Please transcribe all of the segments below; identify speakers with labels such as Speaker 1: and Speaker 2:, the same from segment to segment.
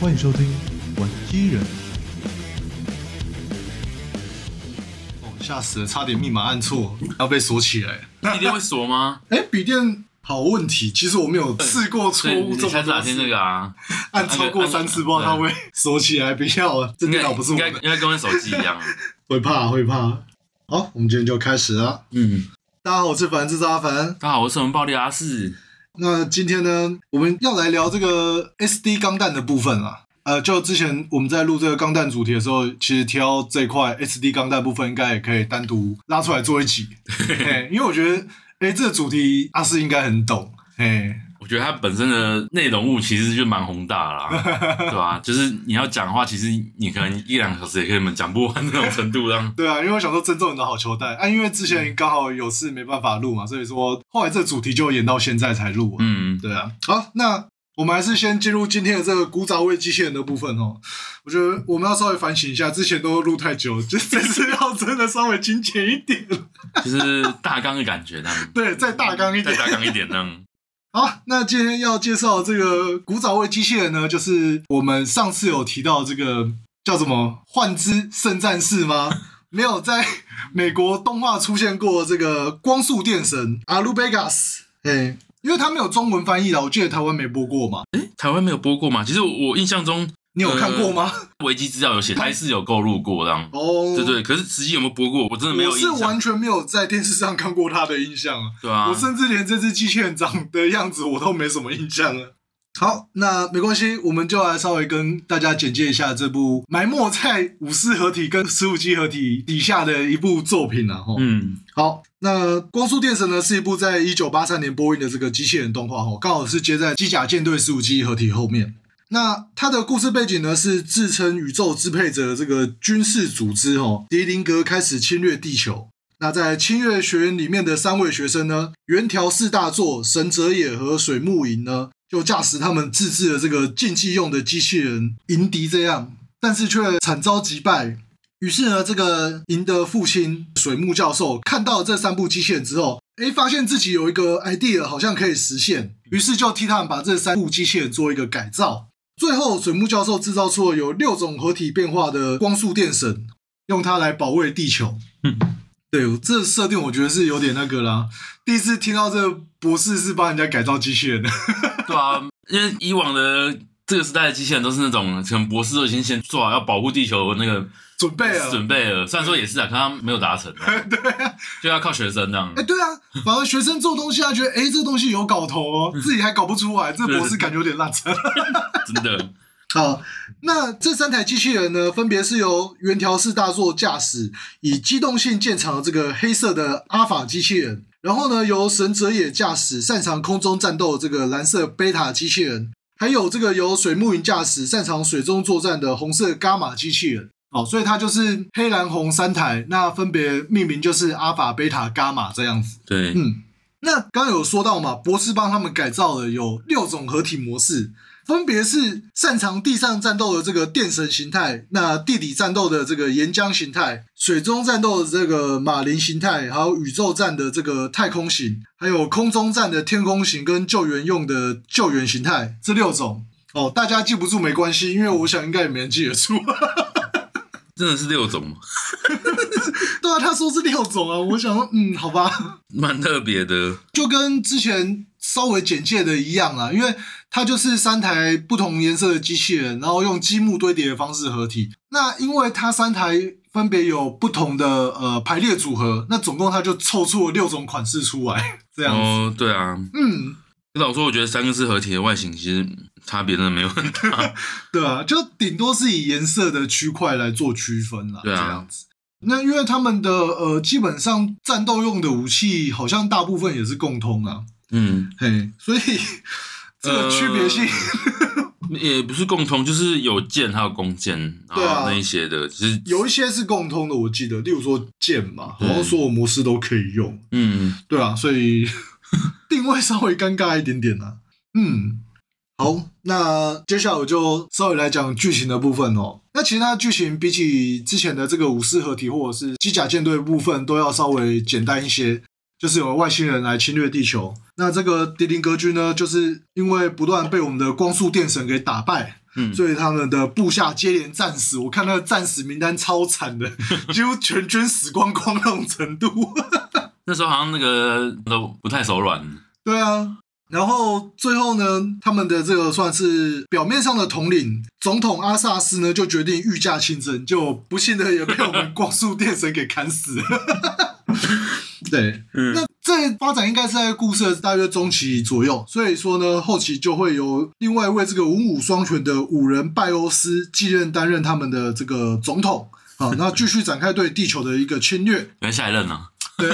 Speaker 1: 欢迎收听《玩机人》。
Speaker 2: 哦，吓死了，差点密码按错，要被锁起来。
Speaker 3: 一定会锁吗？
Speaker 2: 哎，笔电好问题，其实我没有试过错
Speaker 3: 所以
Speaker 2: 误
Speaker 3: 你
Speaker 2: 这
Speaker 3: 才
Speaker 2: 么
Speaker 3: 是哪
Speaker 2: 多
Speaker 3: 天这
Speaker 2: 次，
Speaker 3: 个啊？
Speaker 2: 按超过三次，不知道它会锁起来。不 要，啊这
Speaker 3: 应
Speaker 2: 电
Speaker 3: 该
Speaker 2: 脑不是
Speaker 3: 应
Speaker 2: 我
Speaker 3: 该
Speaker 2: 的
Speaker 3: 应，该跟我手机一 样。
Speaker 2: 会怕会怕。好，我们今天就开始了。
Speaker 3: 嗯，
Speaker 2: 大家好，我是凡，这是阿凡。
Speaker 3: 大家好，我是我们暴力阿四。
Speaker 2: 那今天呢，我们要来聊这个 SD 钢弹的部分啦。呃，就之前我们在录这个钢弹主题的时候，其实提到这块 SD 钢弹部分，应该也可以单独拉出来做一集。嘿因为我觉得，哎、这个主题阿四应该很懂。哎，
Speaker 3: 我觉得它本身的内容物其实就蛮宏大啦， 对吧、就是你要讲的话，其实你可能一两个小时也可以们讲不完那种程度 啦。
Speaker 2: 对啊，因为我想说尊重你的好球带啊，因为之前刚好有事没办法录嘛，所以说后来这个主题就延到现在才录啊。
Speaker 3: 嗯，
Speaker 2: 对啊，好，那我们还是先进入今天的这个古早味机器人的部分哦。我觉得我们要稍微反省一下，之前都录太久，就这次要真的稍微精简一点，，
Speaker 3: 就是大纲的感觉那样
Speaker 2: 对，再大纲一
Speaker 3: 再
Speaker 2: 点。
Speaker 3: 大纲一点 那样。
Speaker 2: 好，那今天要介绍这个古早味机器人呢，就是我们上次有提到这个叫什么“幻之圣战士”吗？ 没有在美国动画出现过这个光速电神阿鲁贝加斯，哎，因为它没有中文翻译啦，我记得台湾没播过嘛，
Speaker 3: 诶台湾没有播过吗？其实我印象中
Speaker 2: 你有看过吗？
Speaker 3: 维基资料有写，台是有购入过这样。
Speaker 2: 哦，
Speaker 3: 对对，可是实际有没有播过，我真的 没有
Speaker 2: 我
Speaker 3: 印
Speaker 2: 是
Speaker 3: 象
Speaker 2: 完。全没有在电视上看过他的印象啊，
Speaker 3: 对啊，
Speaker 2: 我甚至连这只机器人长的样子我都没什么印象了。好，那没关系，我们就来稍微跟大家简介一下这部埋没在武士合体跟十五机合体底下的一部作品啊。哈、
Speaker 3: 嗯，
Speaker 2: 好，那《光速电神》呢是一部在一九八三年播映的这个机器人动画哦，刚好是接在《机甲舰队十五机合体》后面。那它的故事背景呢是自称宇宙支配者的这个军事组织哦，迪林格开始侵略地球。那在侵略学员里面的三位学生呢，原条四大作、神泽野和水木营呢，就驾驶他们自制的这个竞技用的机器人迎敌，这样，但是却惨遭击败，于是呢，这个赢的父亲水木教授看到这三部机器人之后，诶，发现自己有一个 idea 好像可以实现，于是就替他们把这三部机器人做一个改造。最后，水木教授制造出了有六种合体变化的光速电神，用它来保卫地球。
Speaker 3: 嗯
Speaker 2: 对，这设定我觉得是有点那个啦。第一次听到这个博士是帮人家改造机器人的，
Speaker 3: 对啊，因为以往的这个时代的机器人都是那种，可能博士都已经先做好要保护地球的那个
Speaker 2: 准备了，
Speaker 3: 准备了，虽然说也是啊，可他没有达成， 对，
Speaker 2: 啊
Speaker 3: 就要靠学生那样
Speaker 2: 哎、。对啊，反而学生做东西，他觉得哎、这个东西有搞头哦，自己还搞不出来，这博士感觉有点烂惨。
Speaker 3: 真的，
Speaker 2: 好，那这三台机器人呢，分别是由原条式大作驾驶，以机动性见长的这个黑色的阿法机器人，然后呢由神哲也驾驶擅长空中战斗的这个蓝色贝塔机器人，还有这个由水木云驾驶擅长水中作战的红色伽马机器人。哦，所以它就是黑蓝红三台，那分别命名就是阿法、贝塔、伽马这样子。
Speaker 3: 对，
Speaker 2: 嗯，那刚刚有说到嘛，博士帮他们改造了有六种合体模式，分别是擅长地上战斗的这个电神形态，那地底战斗的这个岩浆形态，水中战斗的这个马林形态，还有宇宙战的这个太空型，还有空中战的天空型跟救援用的救援形态，这六种。哦，大家记不住没关系，因为我想应该也没人记得住。
Speaker 3: 真的是六种嘛，
Speaker 2: 对啊，他说是六种啊，我想说，嗯，好吧。
Speaker 3: 蛮特别的。
Speaker 2: 就跟之前稍微简介的一样啊啦，因为它就是三台不同颜色的机器人，然后用积木堆叠的方式合体。那因为它三台分别有不同的呃排列组合，那总共它就凑出了六种款式出来，这样子。
Speaker 3: 哦，对啊，
Speaker 2: 嗯，
Speaker 3: 跟老实说，我觉得三个字合体的外形其实差别真的没有很 大。
Speaker 2: 对啊，就顶多是以颜色的区块来做区分啦，
Speaker 3: 对啊
Speaker 2: 这样子。嗯那因为他们的呃，基本上战斗用的武器好像大部分也是共通啊，
Speaker 3: 嗯，
Speaker 2: 嘿，所以这个区别性、
Speaker 3: 也不是共通，就是有剑还有弓箭，然后
Speaker 2: 对啊
Speaker 3: 那一些的，其实
Speaker 2: 有一些是共通的，我记得，例如说剑嘛，好
Speaker 3: 对
Speaker 2: 像所有模式都可以用，
Speaker 3: 嗯，
Speaker 2: 对啊，所以定位稍微尴尬一点点啊。嗯，好，那接下来我就稍微来讲剧情的部分哦。那其实它的剧情比起之前的这个武士合体或者是机甲舰队的部分都要稍微简单一些，就是有外星人来侵略地球。那这个迪林格军呢，就是因为不断被我们的光速电神给打败，
Speaker 3: 嗯
Speaker 2: 所以他们的部下接连战死。我看那个战死名单超惨的，几乎全军死光光那种程度。
Speaker 3: 那时候好像那个都不太手软，
Speaker 2: 对啊，然后最后呢，他们的这个算是表面上的统领总统阿萨斯呢，就决定御驾亲征，就不幸的也被我们光速电神给砍死了。 对，
Speaker 3: 嗯
Speaker 2: 那这发展应该是在故事的大约中期左右，所以说呢，后期就会由另外一位这个文武双全的五人拜欧斯继任担任他们的这个总统。好，那继续展开对地球的一个侵略。
Speaker 3: 原来下一任啊呢、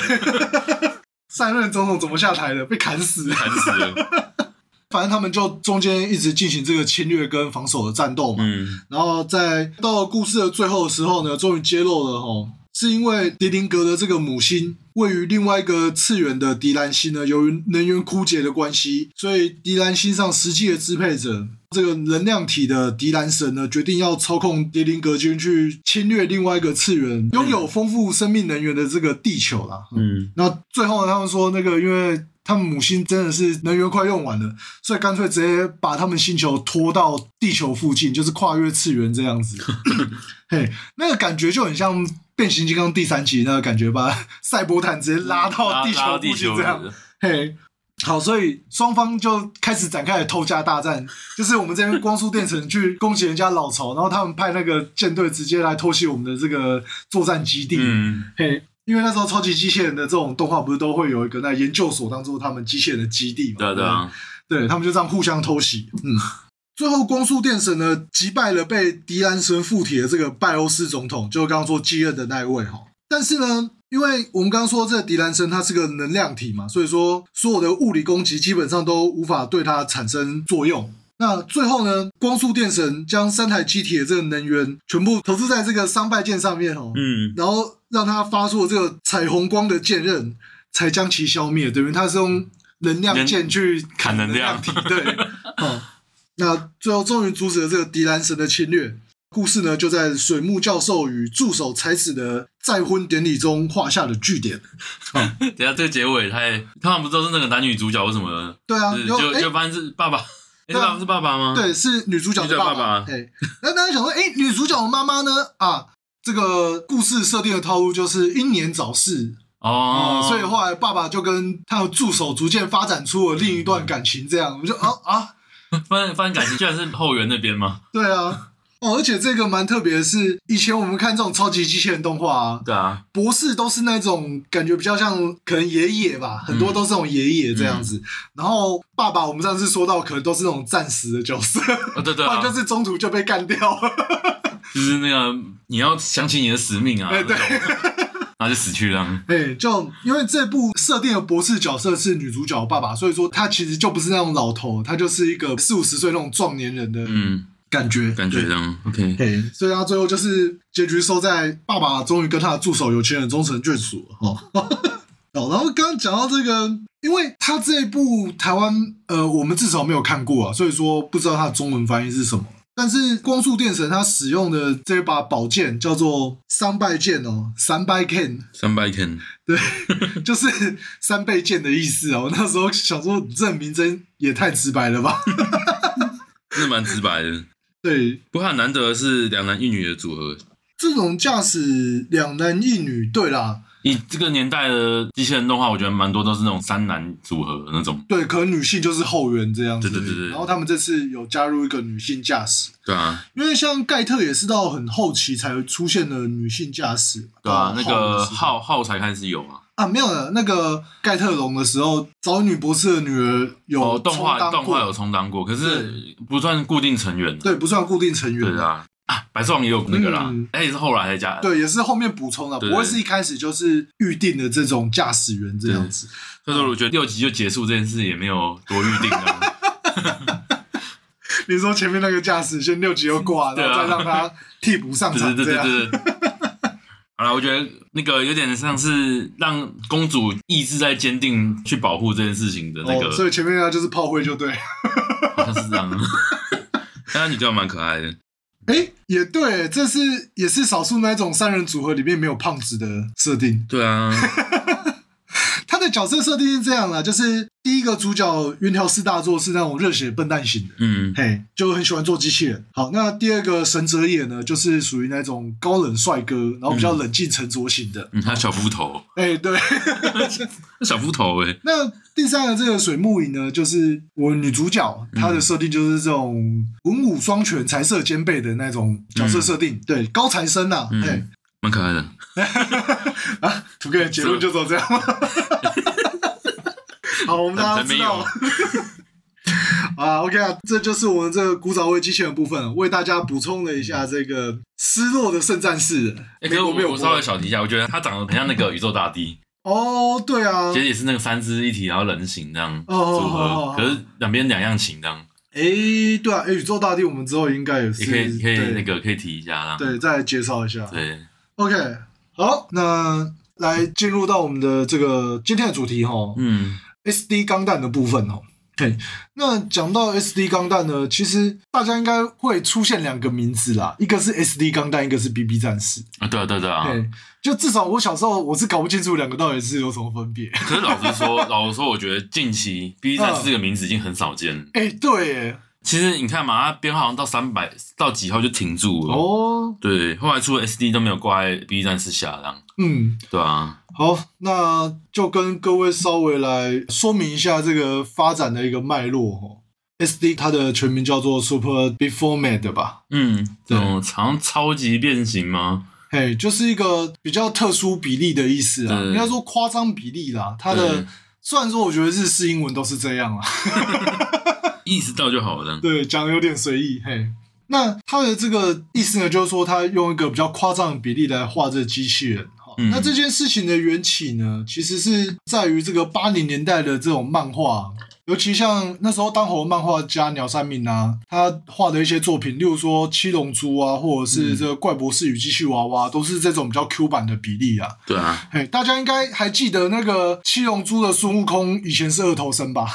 Speaker 2: 上任总统怎么下台的？被砍死了。
Speaker 3: 啊，惨死了。
Speaker 2: 反正他们就中间一直进行这个侵略跟防守的战斗嘛。
Speaker 3: 嗯，
Speaker 2: 然后在到故事的最后的时候呢，终于揭露了吼，是因为迪林格的这个母星位于另外一个次元的迪兰星呢，由于能源枯竭的关系，所以迪兰星上实际的支配者。这个能量体的迪兰神呢，决定要操控迪林格军去侵略另外一个次元，拥有丰富生命能源的这个地球啦。
Speaker 3: 嗯，
Speaker 2: 那最后呢，他们说那个，因为他们母星真的是能源快用完了，所以干脆直接把他们星球拖到地球附近，就是跨越次元这 样子。嘿，那个感觉就很像《变形金刚》第三集那个感觉，把赛博坦直接拉到地
Speaker 3: 拉
Speaker 2: 球
Speaker 3: 到
Speaker 2: 附
Speaker 3: 地
Speaker 2: 近
Speaker 3: 球
Speaker 2: 这样。
Speaker 3: 了
Speaker 2: 嘿，好，所以双方就开始展开了偷家大战，就是我们这边光速电城去攻击人家老巢，然后他们派那个舰队直接来偷袭我们的这个作战基地。
Speaker 3: 嗯，
Speaker 2: 嘿，因为那时候超级机器人的这种动画不是都会有一个那研究所当做他们机器人的基地嘛？
Speaker 3: 对啊对啊，
Speaker 2: 对他们就这样互相偷袭。嗯，最后光速电神呢击败了被迪安神附体的这个拜欧斯总统，就是刚刚说继任的那一位哈。但是呢，因为我们刚刚说这个迪兰神它是个能量体嘛，所以说所有的物理攻击基本上都无法对它产生作用。那最后呢，光速电神将三台机体的这个能源全部投资在这个商拜舰上面哦。
Speaker 3: 嗯，
Speaker 2: 然后让它发出这个彩虹光的剑刃，才将其消灭。等于它是用能量剑去
Speaker 3: 砍能
Speaker 2: 能
Speaker 3: 量
Speaker 2: 体，对， 哦，那最后终于阻止了这个迪兰神的侵略。故事呢，就在水木教授与助手才子的再婚典礼中画下了句点。
Speaker 3: 等一下这个结尾太，他们不是都是那个男女主角为什么？
Speaker 2: 对啊，
Speaker 3: 是
Speaker 2: 有
Speaker 3: 就
Speaker 2: 哎
Speaker 3: 就发现是 爸爸，哎，
Speaker 2: 对啊
Speaker 3: 爸爸是爸爸吗？，
Speaker 2: 对，是女主角的
Speaker 3: 女主角
Speaker 2: 爸
Speaker 3: 爸
Speaker 2: 爸。
Speaker 3: 爸
Speaker 2: 对，那大家想说，哎、女主角的妈妈呢？啊，这个故事设定的套路就是英年早逝，哦、
Speaker 3: 哦，
Speaker 2: 所以后来爸爸就跟他的助手逐渐发展出了另一段感情，这样我们就啊啊，
Speaker 3: 发现发现感情居然是后援那边吗？
Speaker 2: 对啊。哦，而且这个蛮特别的是，以前我们看这种超级机器人动画啊，
Speaker 3: 对啊，
Speaker 2: 博士都是那种感觉比较像可能爷爷吧，很多都是那种爷爷这样子。然后爸爸，我们上次说到，可能都是那种暂时的角色，
Speaker 3: 哦对对
Speaker 2: 不
Speaker 3: 啊，
Speaker 2: 然 就是中途就被干掉了。
Speaker 3: 就是那个你要想起你的使命啊，
Speaker 2: 哎对
Speaker 3: 那种， 然后就死去了。
Speaker 2: 哎、就因为这部设定的博士角色是女主角的爸爸，所以说他其实就不是那种老头，他就是一个四五十岁那种壮年人的
Speaker 3: 嗯，
Speaker 2: 感觉，
Speaker 3: 感觉
Speaker 2: 对
Speaker 3: 这样，OK，
Speaker 2: 嘿，所以他最后就是结局收在爸爸终于跟他的助手有钱人终成眷属了哦。 哦，然后刚刚讲到这个，因为他这一部台湾呃，我们至少没有看过啊，所以说不知道它的中文翻译是什么。但是光速电神他使用的这把宝剑叫做三拜剑哦，三拜剑，
Speaker 3: 三百 can，
Speaker 2: 对，就是三倍剑的意思哦。我那时候想说，你这名真也太直白了吧？
Speaker 3: 是蛮直白的。
Speaker 2: 对，
Speaker 3: 不过很难得的是两男一女的组合，
Speaker 2: 这种驾驶两男一女，对啦，
Speaker 3: 以这个年代的机器人动画，我觉得蛮多都是那种三男组合那种，
Speaker 2: 对，可能女性就是后援这样子。
Speaker 3: 对对对对
Speaker 2: 然后他们这次有加入一个女性驾驶，
Speaker 3: 对啊，
Speaker 2: 因为像盖特也是到很后期才出现的女性驾驶。
Speaker 3: 对啊，
Speaker 2: 到
Speaker 3: 那
Speaker 2: 后的
Speaker 3: 个
Speaker 2: 时候
Speaker 3: 浩浩才开始有啊，
Speaker 2: 啊，没有了。那个盖特龙的时候，找女博士的女儿有
Speaker 3: 哦，动
Speaker 2: 充
Speaker 3: 画
Speaker 2: 当过
Speaker 3: 动画有充当过，可是不算固定成员，啊
Speaker 2: 对，不算固定成员。
Speaker 3: 对啊，啊，白色王也有那个啦
Speaker 2: 嗯，
Speaker 3: 哎，也是后来才加，
Speaker 2: 对也是后面补充的，
Speaker 3: 对
Speaker 2: 不会是一开始就是预定的这种驾驶员这样子。
Speaker 3: 所以说我觉得六集就结束这件事也没有多预定啊。
Speaker 2: 你说前面那个驾驶先六级又挂，
Speaker 3: 对
Speaker 2: 然
Speaker 3: 啊
Speaker 2: 后再让他替补上
Speaker 3: 对
Speaker 2: 场
Speaker 3: 对
Speaker 2: 这
Speaker 3: 对
Speaker 2: 样。
Speaker 3: 对对对。
Speaker 2: 啊
Speaker 3: 好了，我觉得那个有点像是让公主意志在坚定去保护这件事情的那个，
Speaker 2: 哦，所以前面那就是炮灰就对了。
Speaker 3: 好像是这样。 但是你觉得蛮可爱的，
Speaker 2: 哎、也对，这是也是少数那一种三人组合里面没有胖子的设定。
Speaker 3: 对啊，
Speaker 2: 他的角色设定是这样啦，就是第一个主角原条四大作是那种热血笨蛋型的，
Speaker 3: 嗯，
Speaker 2: 嘿，就很喜欢做机器人。好，那第二个神泽野呢，就是属于那种高冷帅哥，然后比较冷静沉着型的。
Speaker 3: 嗯，他小夫头，
Speaker 2: 哎、对。
Speaker 3: 他小夫头哎、
Speaker 2: 那第三个这个水木影呢，就是我们女主角，她的设定就是这种文武双全、才色兼备的那种角色设定，对，高材生呐、啊，
Speaker 3: 嗯
Speaker 2: 哎、
Speaker 3: 蛮可爱的。
Speaker 2: 啊，图个结论就走这样 吗？好，我们大家
Speaker 3: 才
Speaker 2: 都知
Speaker 3: 没
Speaker 2: 道
Speaker 3: 有
Speaker 2: 了。啊，OK 啊，这就是我们这个古早味机器人部分，为大家补充了一下这个失落的圣战士。
Speaker 3: 哎、可
Speaker 2: 美
Speaker 3: 是
Speaker 2: 国
Speaker 3: 我
Speaker 2: 没有
Speaker 3: 我
Speaker 2: 播
Speaker 3: 稍微小提一下，我觉得他长得很像那个宇宙大帝，
Speaker 2: 哦，对啊
Speaker 3: 其，实也是那个三只一体，然后人形这样
Speaker 2: 哦哦
Speaker 3: 组
Speaker 2: 哦哦
Speaker 3: 合，可是两边两样情这样，
Speaker 2: 诶，对啊，诶，宇宙大帝我们之后应该也是
Speaker 3: 也可以可以那
Speaker 2: 对
Speaker 3: 个可以提一下啦。
Speaker 2: 对，再来介绍一下。
Speaker 3: 对，
Speaker 2: OK，好，那来进入到我们的这个今天的主题哈、
Speaker 3: 嗯
Speaker 2: s d 钢弹的部分哦。对，那讲到 SD 钢弹呢，其实大家应该会出现两个名字啦，一个是 SD 钢弹，一个是 BB 战士。
Speaker 3: 啊，对啊对啊对啊。
Speaker 2: 对，就至少我小时候我是搞不清楚两个到底是有什么分别。
Speaker 3: 可是老实说，老实说，我觉得近期 B 站
Speaker 2: 嗯
Speaker 3: 这个名字已经很少见了。
Speaker 2: 哎、对耶，
Speaker 3: 其实你看嘛，它编号好像到三百到几号就停住了。
Speaker 2: 哦，
Speaker 3: 对，后来出了 SD 都没有挂在 B 站之下，这样
Speaker 2: 嗯，
Speaker 3: 对啊，
Speaker 2: 好，那就跟各位稍微来说明一下这个发展的一个脉络哦。SD 它的全名叫做 Super Before Mad 吧，
Speaker 3: 嗯，
Speaker 2: 对
Speaker 3: 这种好像超级变形吗？
Speaker 2: 嘿，就是一个比较特殊比例的意思啊，
Speaker 3: 对
Speaker 2: 应该说夸张比例啦。它的
Speaker 3: 对
Speaker 2: 虽然说我觉得日式英文都是这样啊，
Speaker 3: 意识到就好了。
Speaker 2: 对，讲的有点随意。嘿，那它的这个意思呢，就是说它用一个比较夸张的比例来画这个机器人。好
Speaker 3: 嗯
Speaker 2: 那这件事情的缘起呢，其实是在于这个八零年代的这种漫画。尤其像那时候当红的漫画家鸟山明啊，他画的一些作品，例如说《七龙珠》啊，或者
Speaker 3: 嗯
Speaker 2: 是这个《怪博士与机器娃娃》，都是这种比较 Q 版的比例啊。
Speaker 3: 对啊，
Speaker 2: 嘿，大家应该还记得那个《七龙珠》的孙悟空以前是二头身吧？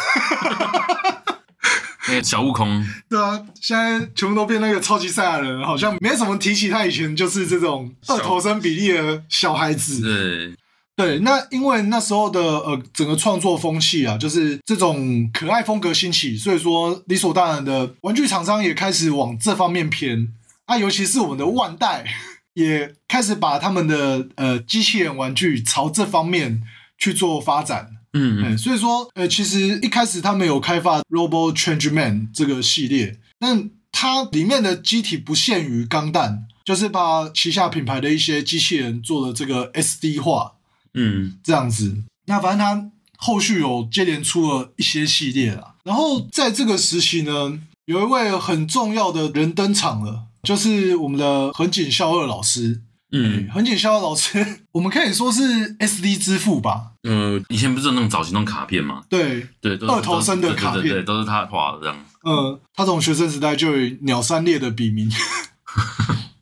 Speaker 3: 那个小悟空，
Speaker 2: 对啊，现在全部都变那个超级赛亚人，好像没什么提起他以前就是这种二头身比例的小孩子。
Speaker 3: 对，
Speaker 2: 对，那因为那时候的呃整个创作风气啊，就是这种可爱风格兴起，所以说理所当然的玩具厂商也开始往这方面偏。啊，尤其是我们的万代 也开始把他们的呃机器人玩具朝这方面去做发展。
Speaker 3: 嗯，
Speaker 2: 哎，所以说，呃，其实一开始他们有开发 Robo Change Man 这个系列，但它里面的机体不限于钢弹，就是把旗下品牌的一些机器人做了这个 SD 化
Speaker 3: 嗯，
Speaker 2: 这样子。那反正它后续有接连出了一些系列啦。然后在这个时期呢，有一位很重要的人登场了，就是我们的横井孝二老师。
Speaker 3: 嗯，
Speaker 2: 横井孝二老师， 我们可以说是 SD 之父吧？
Speaker 3: 呃，以前不是有那种早期那种卡片嘛？
Speaker 2: 对，
Speaker 3: 对，都是
Speaker 2: 二头身的
Speaker 3: 都是
Speaker 2: 卡片
Speaker 3: 对对对，都是他画的这样。
Speaker 2: 呃，他从学生时代就以鸟三烈的笔名去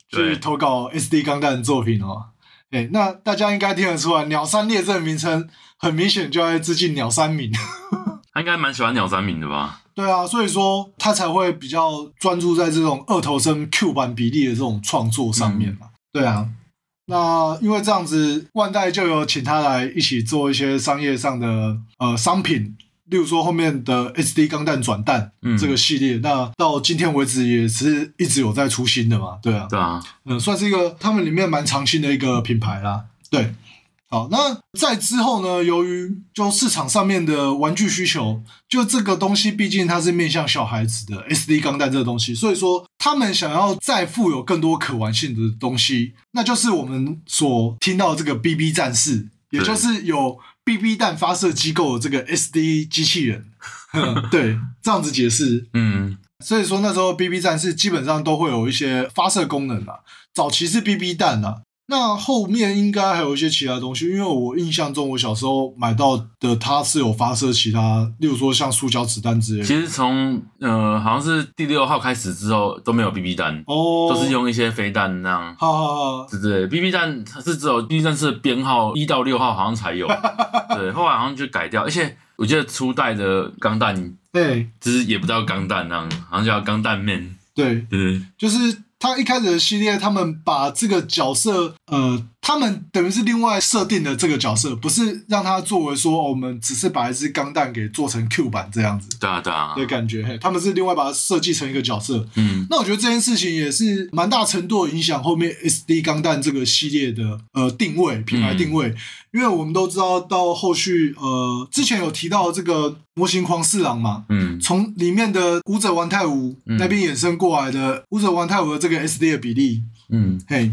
Speaker 3: 对
Speaker 2: 投稿 SD 钢弹的作品哦。哎、那大家应该听得出来，鸟三烈这个名称很明显就在致敬鸟三明。
Speaker 3: 他应该蛮喜欢鸟山明的吧？
Speaker 2: 对啊，所以说他才会比较专注在这种二头身 Q 版比例的这种创作上面嘛。对啊，那因为这样子，万代就有请他来一起做一些商业上的呃商品，例如说后面的 SD 钢弹转蛋
Speaker 3: 嗯
Speaker 2: 这个系列，那到今天为止也是一直有在出新的嘛。对啊，
Speaker 3: 对啊，
Speaker 2: 嗯，算是一个他们里面蛮常青的一个品牌啦。对，好，那在之后呢，由于就市场上面的玩具需求，就这个东西毕竟它是面向小孩子的 SD 钢弹这个东西，所以说他们想要再富有更多可玩性的东西，那就是我们所听到这个 BB 战士，也
Speaker 3: 对
Speaker 2: 就是有 BB 弹发射机构的这个 SD 机器人。嗯对，这样子解释。
Speaker 3: 嗯，
Speaker 2: 所以说那时候 BB 战士基本上都会有一些发射功能啊，早期是 BB 弹啊，那后面应该还有一些其他东西，因为我印象中我小时候买到的它是有发射其他，例如说像塑胶子弹之类
Speaker 3: 其
Speaker 2: 的。
Speaker 3: 实从呃好像是第六号开始之后都没有 BB 弹，
Speaker 2: 哦，
Speaker 3: 都是，用一些飞弹那样。
Speaker 2: 哈哈哈，
Speaker 3: 对对，BB 弹它是只有 BB 弹是编号一到六号好像才有，对，后来好像就改掉，而且我记得初代的钢弹
Speaker 2: 对
Speaker 3: 就是也不叫钢弹那样，好像叫钢弹面，
Speaker 2: 对，
Speaker 3: 对对
Speaker 2: 就是。他一开始的系列，他们把这个角色，呃，他们等于是另外设定的这个角色，不是让他作为说、哦我们只是把一只钢弹给做成 Q 版这样子
Speaker 3: 对啊对啊，
Speaker 2: 的感觉，嘿他们是另外把它设计成一个角色。
Speaker 3: 嗯，
Speaker 2: 那我觉得这件事情也是蛮大程度地影响后面 SD 钢弹这个系列的呃定位品牌定位，因为我们都知道到后续呃之前有提到这个模型狂四郎嘛，
Speaker 3: 嗯
Speaker 2: 从里面的武者丸太武
Speaker 3: 嗯
Speaker 2: 那边衍生过来的武者丸太武的这个 SD 的比例，
Speaker 3: 嗯，
Speaker 2: 嘿，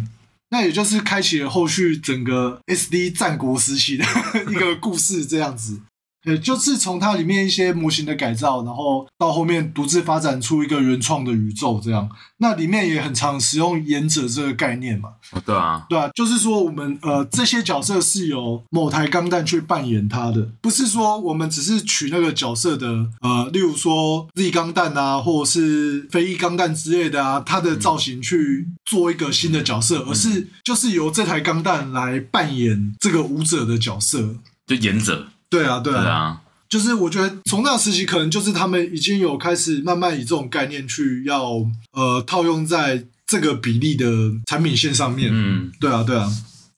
Speaker 2: 那也就是开启了后续整个 SD 战国时期的 一个故事，这样子。呃，就是从它里面一些模型的改造，然后到后面独自发展出一个原创的宇宙，这样。那里面也很常使用“演者”这个概念嘛，
Speaker 3: 哦对啊，
Speaker 2: 对啊，就是说我们呃这些角色是由某台钢弹去扮演它的，不是说我们只是取那个角色的呃，例如说 Z 钢弹啊，或者是飞翼钢弹之类的啊，它的造型去做一个新的角色，而是就是由这台钢弹来扮演这个舞者的角色。
Speaker 3: 就演者，
Speaker 2: 对啊，对
Speaker 3: 对
Speaker 2: 啊，
Speaker 3: 啊，
Speaker 2: 就是我觉得从那时期，可能就是他们已经有开始慢慢以这种概念去要呃套用在这个比例的产品线上面。
Speaker 3: 嗯
Speaker 2: 对啊，对啊，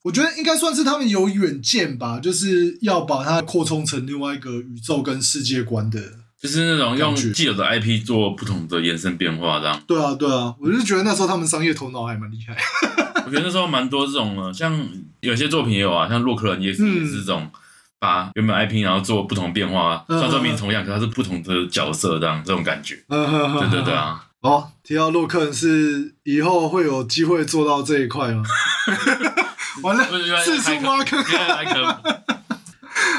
Speaker 2: 我觉得应该算是他们有远见吧，就是要把它扩充成另外一个宇宙跟世界观的。
Speaker 3: 就是那种用
Speaker 2: 感觉
Speaker 3: 既有的 IP 做不同的延伸变化这样。
Speaker 2: 对啊，对啊，我就觉得那时候他们商业头脑还蛮厉害。
Speaker 3: 我觉得那时候蛮多这种的，像有些作品也有啊，像洛克人也是、
Speaker 2: 嗯
Speaker 3: 也是这种，把原本 IP 然后做不同变化，
Speaker 2: 嗯
Speaker 3: 虽然说名字同样，可它是不同的角色这样这种感觉。对
Speaker 2: 对
Speaker 3: 对对。啊，
Speaker 2: 哦，提到洛克人是以后会有机会做到这一块吗？完了
Speaker 3: 不是，
Speaker 2: 四处挖坑。
Speaker 3: 因为还可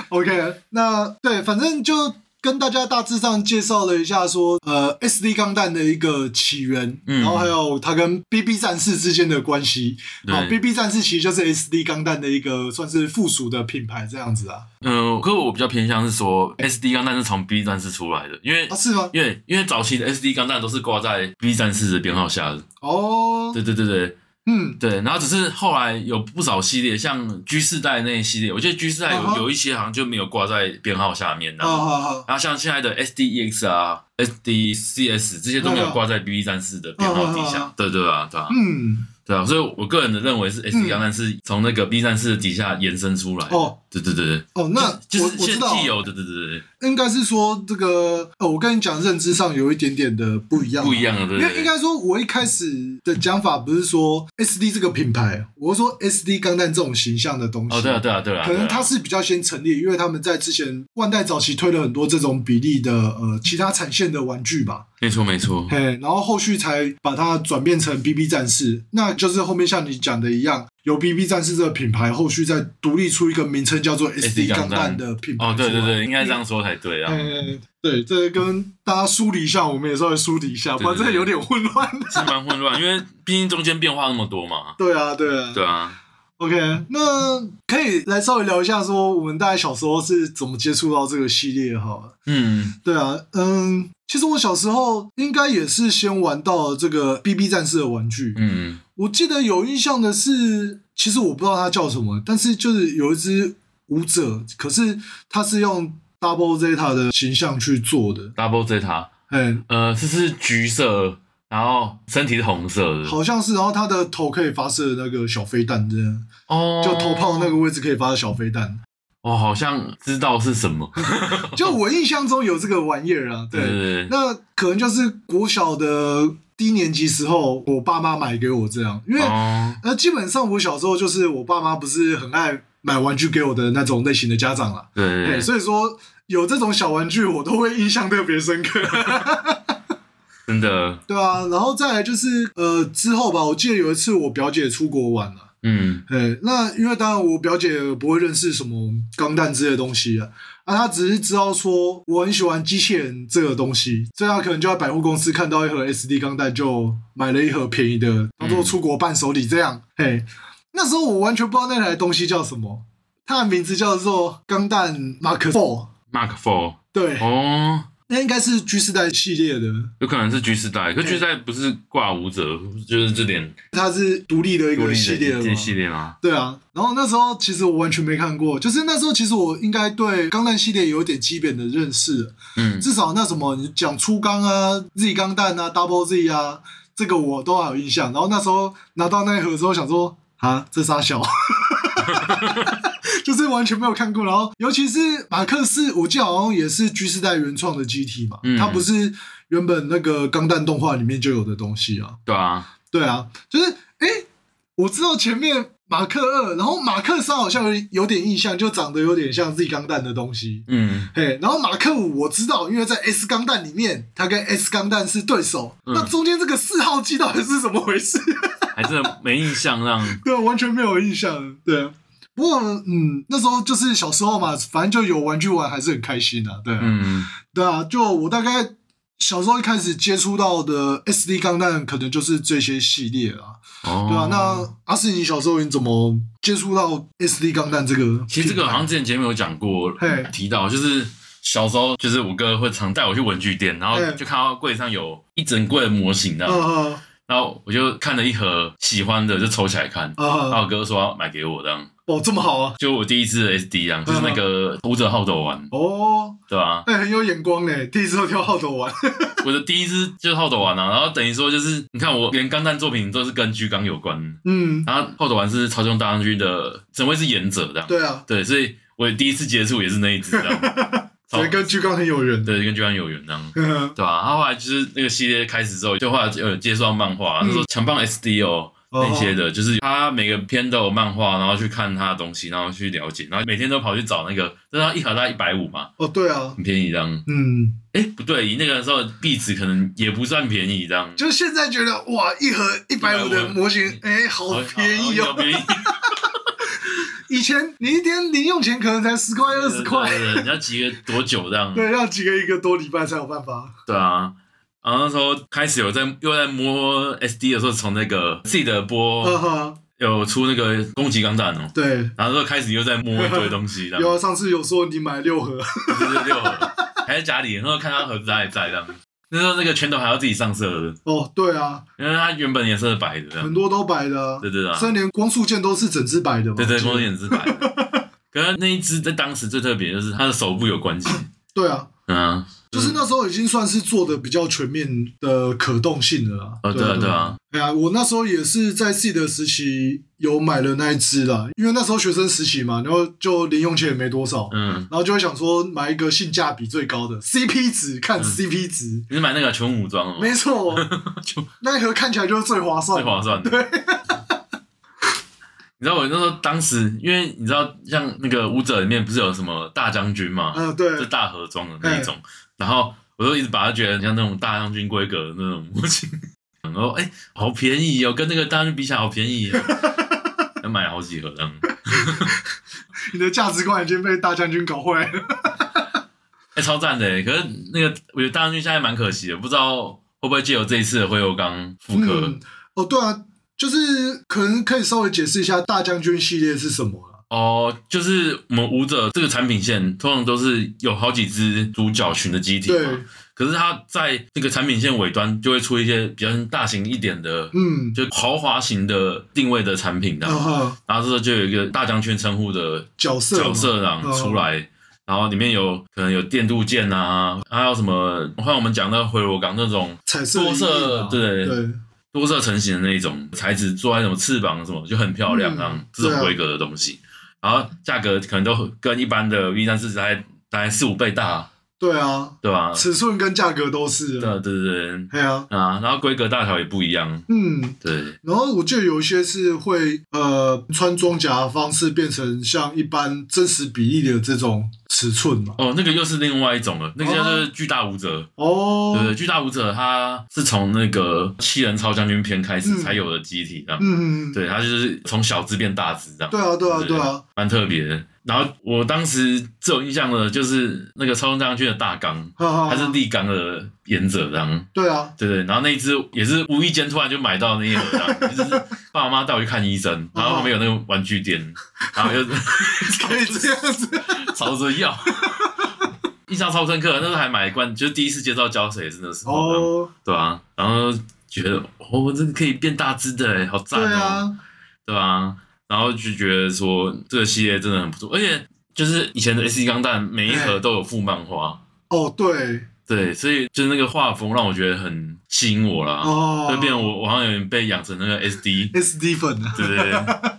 Speaker 2: OK，那对，反正就跟大家大致上介绍了一下说，呃，SD 钢弹的一个起源，
Speaker 3: 嗯
Speaker 2: 然后还有它跟 BB 战士之间的关系。好
Speaker 3: 对
Speaker 2: ，BB 战士其实就是 SD 钢弹的一个算是附属的品牌这样子啊，
Speaker 3: 嗯、可是我比较偏向是说，SD 钢弹是从 B 战士出来的，因为、
Speaker 2: 啊是吗？
Speaker 3: 因为因为早期的 SD 钢弹都是挂在 B 战士的编号下的。
Speaker 2: 哦，
Speaker 3: 对对对对
Speaker 2: 嗯，
Speaker 3: 对，然后只是后来有不少系列，像 G 世代那一系列，我记得 G 世代有、
Speaker 2: 啊哈
Speaker 3: 有一些好像就没有挂在编号下面，然
Speaker 2: 好
Speaker 3: 后、
Speaker 2: 好好，
Speaker 3: 然后像现在的 SDEX 啊、SDCS 这些都没有挂在 B 战士的编号底
Speaker 2: 嗯嗯
Speaker 3: 下
Speaker 2: 嗯，
Speaker 3: 对对啊，对啊，
Speaker 2: 嗯，
Speaker 3: 对啊，所以我个人的认为是 SD 钢弹是从那个 B 战士底下延伸出来的。
Speaker 2: 哦，
Speaker 3: 对对对对，
Speaker 2: 哦，那
Speaker 3: 就
Speaker 2: 我
Speaker 3: 是
Speaker 2: 我
Speaker 3: 现
Speaker 2: 知道
Speaker 3: 既，有的，对对对
Speaker 2: 应该是说这个，呃，我跟你讲，认知上有一点点的不一
Speaker 3: 对，
Speaker 2: 样，啊
Speaker 3: 不一样的，对
Speaker 2: 因
Speaker 3: 对
Speaker 2: 为
Speaker 3: 对。
Speaker 2: 应该说，我一开始的讲法不是说 S D 这个品牌，我是说 S D 钢弹这种形象的东西。
Speaker 3: 哦，对啊，对啊，对啊，
Speaker 2: 可
Speaker 3: 对
Speaker 2: 能
Speaker 3: 啊
Speaker 2: 它是比较先成立，因为他们在之前万代早期推了很多这种比例的呃其他产线的玩具吧，
Speaker 3: 没错没错，
Speaker 2: 嘿，然后后续才把它转变成 BB 战士，那就是后面像你讲的一样，由 BB 战士这个品牌后续再独立出一个名称叫做 S D
Speaker 3: SD
Speaker 2: 钢
Speaker 3: 钢弹
Speaker 2: 弹的品牌。
Speaker 3: 哦，对对对，应该这样说才对啊。
Speaker 2: 嗯，对，这个跟大家梳理一下，我们也稍微梳理一下，不然真的有点混乱。
Speaker 3: 是蛮混乱，因为毕竟中间变化那么多嘛。
Speaker 2: 对啊，对啊，
Speaker 3: 对啊，
Speaker 2: OK，那可以来稍微聊一下，说我们大概小时候是怎么接触到这个系列好了。
Speaker 3: 嗯，
Speaker 2: 对啊，嗯，其实我小时候应该也是先玩到这个 BB 战士的玩具。
Speaker 3: 嗯，
Speaker 2: 我记得有印象的是，其实我不知道它叫什么，但是就是有一只舞者，可是它是用 Double Zeta 的形象去做的，
Speaker 3: Double Zeta，
Speaker 2: 嗯，
Speaker 3: 呃，这是橘色，然后身体是红色的，
Speaker 2: 好像是，然后它的头可以发射那个小飞弹，这样，
Speaker 3: 哦，
Speaker 2: 就头炮那个位置可以发射小飞弹。
Speaker 3: 哦，好像知道是什么。
Speaker 2: 就我印象中有这个玩意儿啊，对。
Speaker 3: 对对对，
Speaker 2: 那可能就是国小的低年级时候，我爸妈买给我这样，因为、
Speaker 3: 哦，
Speaker 2: 呃，基本上我小时候就是我爸妈不是很爱买玩具给我的那种类型的家长啦，
Speaker 3: 对对
Speaker 2: 对，
Speaker 3: 对，
Speaker 2: 所以说有这种小玩具我都会印象特别深 刻，
Speaker 3: 真的，
Speaker 2: 对啊，然后再来就是呃之后吧，我记得有一次我表姐出国玩啊了。
Speaker 3: 嗯，
Speaker 2: 对，那因为当然我表姐不会认识什么钢弹之类的东西啊，啊，她只是知道说我很喜欢机器人这个东西，所以她可能就在百货公司看到一盒 SD 钢弹，就买了一盒便宜的，当做出国伴手礼这样。嘿，那时候我完全不知道那台东西叫什么，它的名字叫做钢弹 Mark Four，
Speaker 3: Mark Four，
Speaker 2: 对，
Speaker 3: 哦，
Speaker 2: 那应该是 G 世代系列的，
Speaker 3: 有可能是橘时代，可橘时代不是挂舞者，就是这点
Speaker 2: 它是独立的一
Speaker 3: 独
Speaker 2: 个
Speaker 3: 立
Speaker 2: 系列
Speaker 3: 的
Speaker 2: 了
Speaker 3: 这
Speaker 2: 嘛。
Speaker 3: 系列吗？
Speaker 2: 对啊，然后那时候其实我完全没看过，就是那时候其实我应该对钢弹系列有点基本的认识，
Speaker 3: 嗯，
Speaker 2: 至少那什么你讲初钢啊、Z 钢弹啊、Double Z 啊，这个我都还有印象。然后那时候拿到那一盒之后，想说啊，这傻 小， 就是完全没有看过。然后尤其是马克四，我记得好像也是 G 世代原创的机体嘛，
Speaker 3: 嗯
Speaker 2: 它不是原本那个钢弹动画里面就有的东西啊。
Speaker 3: 对啊，
Speaker 2: 对啊，就是诶，我知道前面马克二，然后马克三好像有有点印象，就长得有点像 Z 钢弹的东西。
Speaker 3: 嗯，
Speaker 2: 嘿，然后马克五我知道，因为在 S 钢弹里面，他跟 S 钢弹是对手。
Speaker 3: 嗯
Speaker 2: 那中间这个四号机到底是怎么回事？
Speaker 3: 还真的没印象让，
Speaker 2: 对，完全没有印象。对，啊不过嗯，那时候就是小时候嘛，反正就有玩具玩，还是很开心的、啊。对啊，
Speaker 3: 嗯
Speaker 2: 对啊，就我大概小时候一开始接触到的 SD 钢弹，可能就是这些系列啦。
Speaker 3: 哦，
Speaker 2: 对啊，那阿四，你小时候你怎么接触到 SD 钢弹这个？
Speaker 3: 其实这个好像之前节目有讲过
Speaker 2: 嘿，
Speaker 3: 提到就是。小时候就是我哥会常带我去文具店，然后
Speaker 2: 嘿
Speaker 3: 就看到柜上有一整柜的模型的，
Speaker 2: 嗯嗯
Speaker 3: 然后我就看了一盒喜欢的，就抽起来看。
Speaker 2: 嗯
Speaker 3: 然后
Speaker 2: 嗯，
Speaker 3: 我哥说要买给我这样，
Speaker 2: 哦，这么好啊！
Speaker 3: 就我第一次的 SD 啊，就是那个
Speaker 2: 嗯
Speaker 3: 武者好斗丸，
Speaker 2: 哦，
Speaker 3: 对啊吧、
Speaker 2: 哎、很有眼光嘞，第一次都挑好的玩。
Speaker 3: 我的第一支就是好斗丸啊，然后等于说就是你看我连钢弹作品都是跟巨钢有关，
Speaker 2: 嗯，
Speaker 3: 然后后斗丸是超雄大将军的整位是演者这样，
Speaker 2: 对啊，
Speaker 3: 对，所以我第一次接触也是那一支这样，
Speaker 2: 所以
Speaker 3: 超
Speaker 2: 跟巨钢很有 缘。
Speaker 3: 哦对，跟巨钢有缘这样。
Speaker 2: 嗯
Speaker 3: 对吧、然后后来就是那个系列开始之后，就后来有接触到漫画，
Speaker 2: 嗯
Speaker 3: 那时候强棒 SD 哦
Speaker 2: 哦
Speaker 3: 那些的，就是他每个篇都有漫画，然后去看他的东西，然后去了解，然后每天都跑去找那个，就是他一盒大概一百五嘛，
Speaker 2: 哦，对啊，
Speaker 3: 很便宜这样。
Speaker 2: 嗯，
Speaker 3: 哎，不对，以那个时候币值可能也不算便宜这样，
Speaker 2: 就现在觉得哇，一盒一百五的模型，哎、好便宜
Speaker 3: 嗯好
Speaker 2: 哦。
Speaker 3: 便宜，
Speaker 2: 以前你一天零用钱可能才十块二十块，
Speaker 3: 对，对对你要集个多久这样？
Speaker 2: 对，要几个一个多礼拜才有办法。
Speaker 3: 对啊。然后那时候开始有在又在摸 SD 的时候，从那个自己的
Speaker 2: 哈
Speaker 3: 波
Speaker 2: 啊哈，
Speaker 3: 有出那个攻击钢弹哦，
Speaker 2: 对，
Speaker 3: 然后就开始又在摸一堆东西，这样
Speaker 2: 有啊，上次有说你买六盒，
Speaker 3: 就是六盒，还在家里，然后看他盒子他也在这样。那时候那个拳头还要自己上色的，
Speaker 2: 哦，对啊，
Speaker 3: 因为它原本颜色是白的，这
Speaker 2: 很
Speaker 3: 样
Speaker 2: 多都白的啊，
Speaker 3: 对对对啊，
Speaker 2: 三连光速剑都是整只白的嘛。
Speaker 3: 对对，
Speaker 2: 我记得
Speaker 3: 光眼是白的。 可是那一只在当时最特别，就是它的手部有关系，
Speaker 2: 对啊，
Speaker 3: 嗯啊，
Speaker 2: 就是那时候已经算是做的比较全面的可动性了啦。
Speaker 3: 哦对啊对啊，
Speaker 2: 哎呀，我那时候也是在自己的时期有买了那一只啦，因为那时候学生时期嘛，然后就零用钱也没多少，
Speaker 3: 嗯，
Speaker 2: 然后就会想说买一个性价比最高的 CP 值，看
Speaker 3: 嗯
Speaker 2: CP 值，
Speaker 3: 你是买那个全武装哦，
Speaker 2: 没 错，那一盒看起来就是最划算
Speaker 3: 最
Speaker 2: 的。
Speaker 3: 划算的。 你知道我那时候当时，因为你知道像那个武者里面不是有什么大将军嘛，
Speaker 2: 嗯、对
Speaker 3: 是，大盒装的那一种，然后我就一直把它觉得很像那种大将军规格的那种模型，然后哎、好便宜哦，跟那个大将军比起来好便宜哦，要买好几盒这样。
Speaker 2: 你的价值观已经被大将军搞坏了。
Speaker 3: 哎、超赞的耶！可是那个，我觉得大将军现在蛮可惜的，不知道会不会借由这一次的灰油缸复刻、
Speaker 2: 嗯，哦，对啊，就是可能可以稍微解释一下大将军系列是什么了。
Speaker 3: 哦。就是我们舞者这个产品线，通常都是有好几只主角群的机体
Speaker 2: 对，
Speaker 3: 嘛。可是它在这个产品线尾端就会出一些比较大型一点的，
Speaker 2: 嗯，哦
Speaker 3: 就豪华型的定位的产品的。
Speaker 2: 然后
Speaker 3: 然后这时候就有一个大将军称呼的
Speaker 2: 角色嘛
Speaker 3: 角色党
Speaker 2: 嗯
Speaker 3: 出来，然后里面有可能有电镀件啊，还有什么，像我们讲的回罗港那种
Speaker 2: 彩色
Speaker 3: 多色
Speaker 2: 的阴影嘛
Speaker 3: 对
Speaker 2: 对，
Speaker 3: 多色成型的那一种材质，做在什么翅膀什么就很漂亮啊，
Speaker 2: 嗯
Speaker 3: 这种
Speaker 2: 对啊
Speaker 3: 规格的东西，然后价格可能都跟一般的 V 三四大概大概四五倍大，
Speaker 2: 对啊，
Speaker 3: 对吧？
Speaker 2: 尺寸跟价格都是。
Speaker 3: 对啊对对对
Speaker 2: 对啊，
Speaker 3: 啊，然后规格大小也不一样，
Speaker 2: 嗯，
Speaker 3: 对，
Speaker 2: 然后我记得有一些是会呃穿装甲的方式变成像一般真实比例的这种尺寸嘛。
Speaker 3: 哦，那个又是另外一种了，那个叫做
Speaker 2: 哦
Speaker 3: 巨大舞者。
Speaker 2: 哦
Speaker 3: 对，对，巨大舞者他是从那个七人超将军篇开始
Speaker 2: 嗯
Speaker 3: 才有的机体，这样，
Speaker 2: 嗯，嗯，
Speaker 3: 对，他就是从小只变大只这样，
Speaker 2: 对啊，对啊，
Speaker 3: 对
Speaker 2: 对啊，
Speaker 3: 蛮特别的。然后我当时最有印象的就是那个超将军的大纲，
Speaker 2: 哈哈，
Speaker 3: 他是力刚的演者这样，
Speaker 2: 对啊，
Speaker 3: 对对，然后那一只也是无意间突然就买到那一盒这样，就是爸妈带我去看医生，然后旁边有那个玩 具店，然后就
Speaker 2: 可以这样子。
Speaker 3: 吵着要。印象超深刻，那时候还买一罐，就是第一次接到胶水也是那时候这样，
Speaker 2: 哦，
Speaker 3: 对啊，然后觉得哦，这个可以变大只的耶，好赞
Speaker 2: 对
Speaker 3: 哦，
Speaker 2: 啊，
Speaker 3: 对啊，然后就觉得说这个系列真的很不错，而且就是以前的 S 钢弹每一盒都有附漫画，
Speaker 2: 哦，对，
Speaker 3: 对，所以就是那个画风让我觉得很吸引我啦，
Speaker 2: 哦
Speaker 3: 会变成我我好像有点被养成那个 SD，
Speaker 2: SD 粉啊。
Speaker 3: 对不对？啊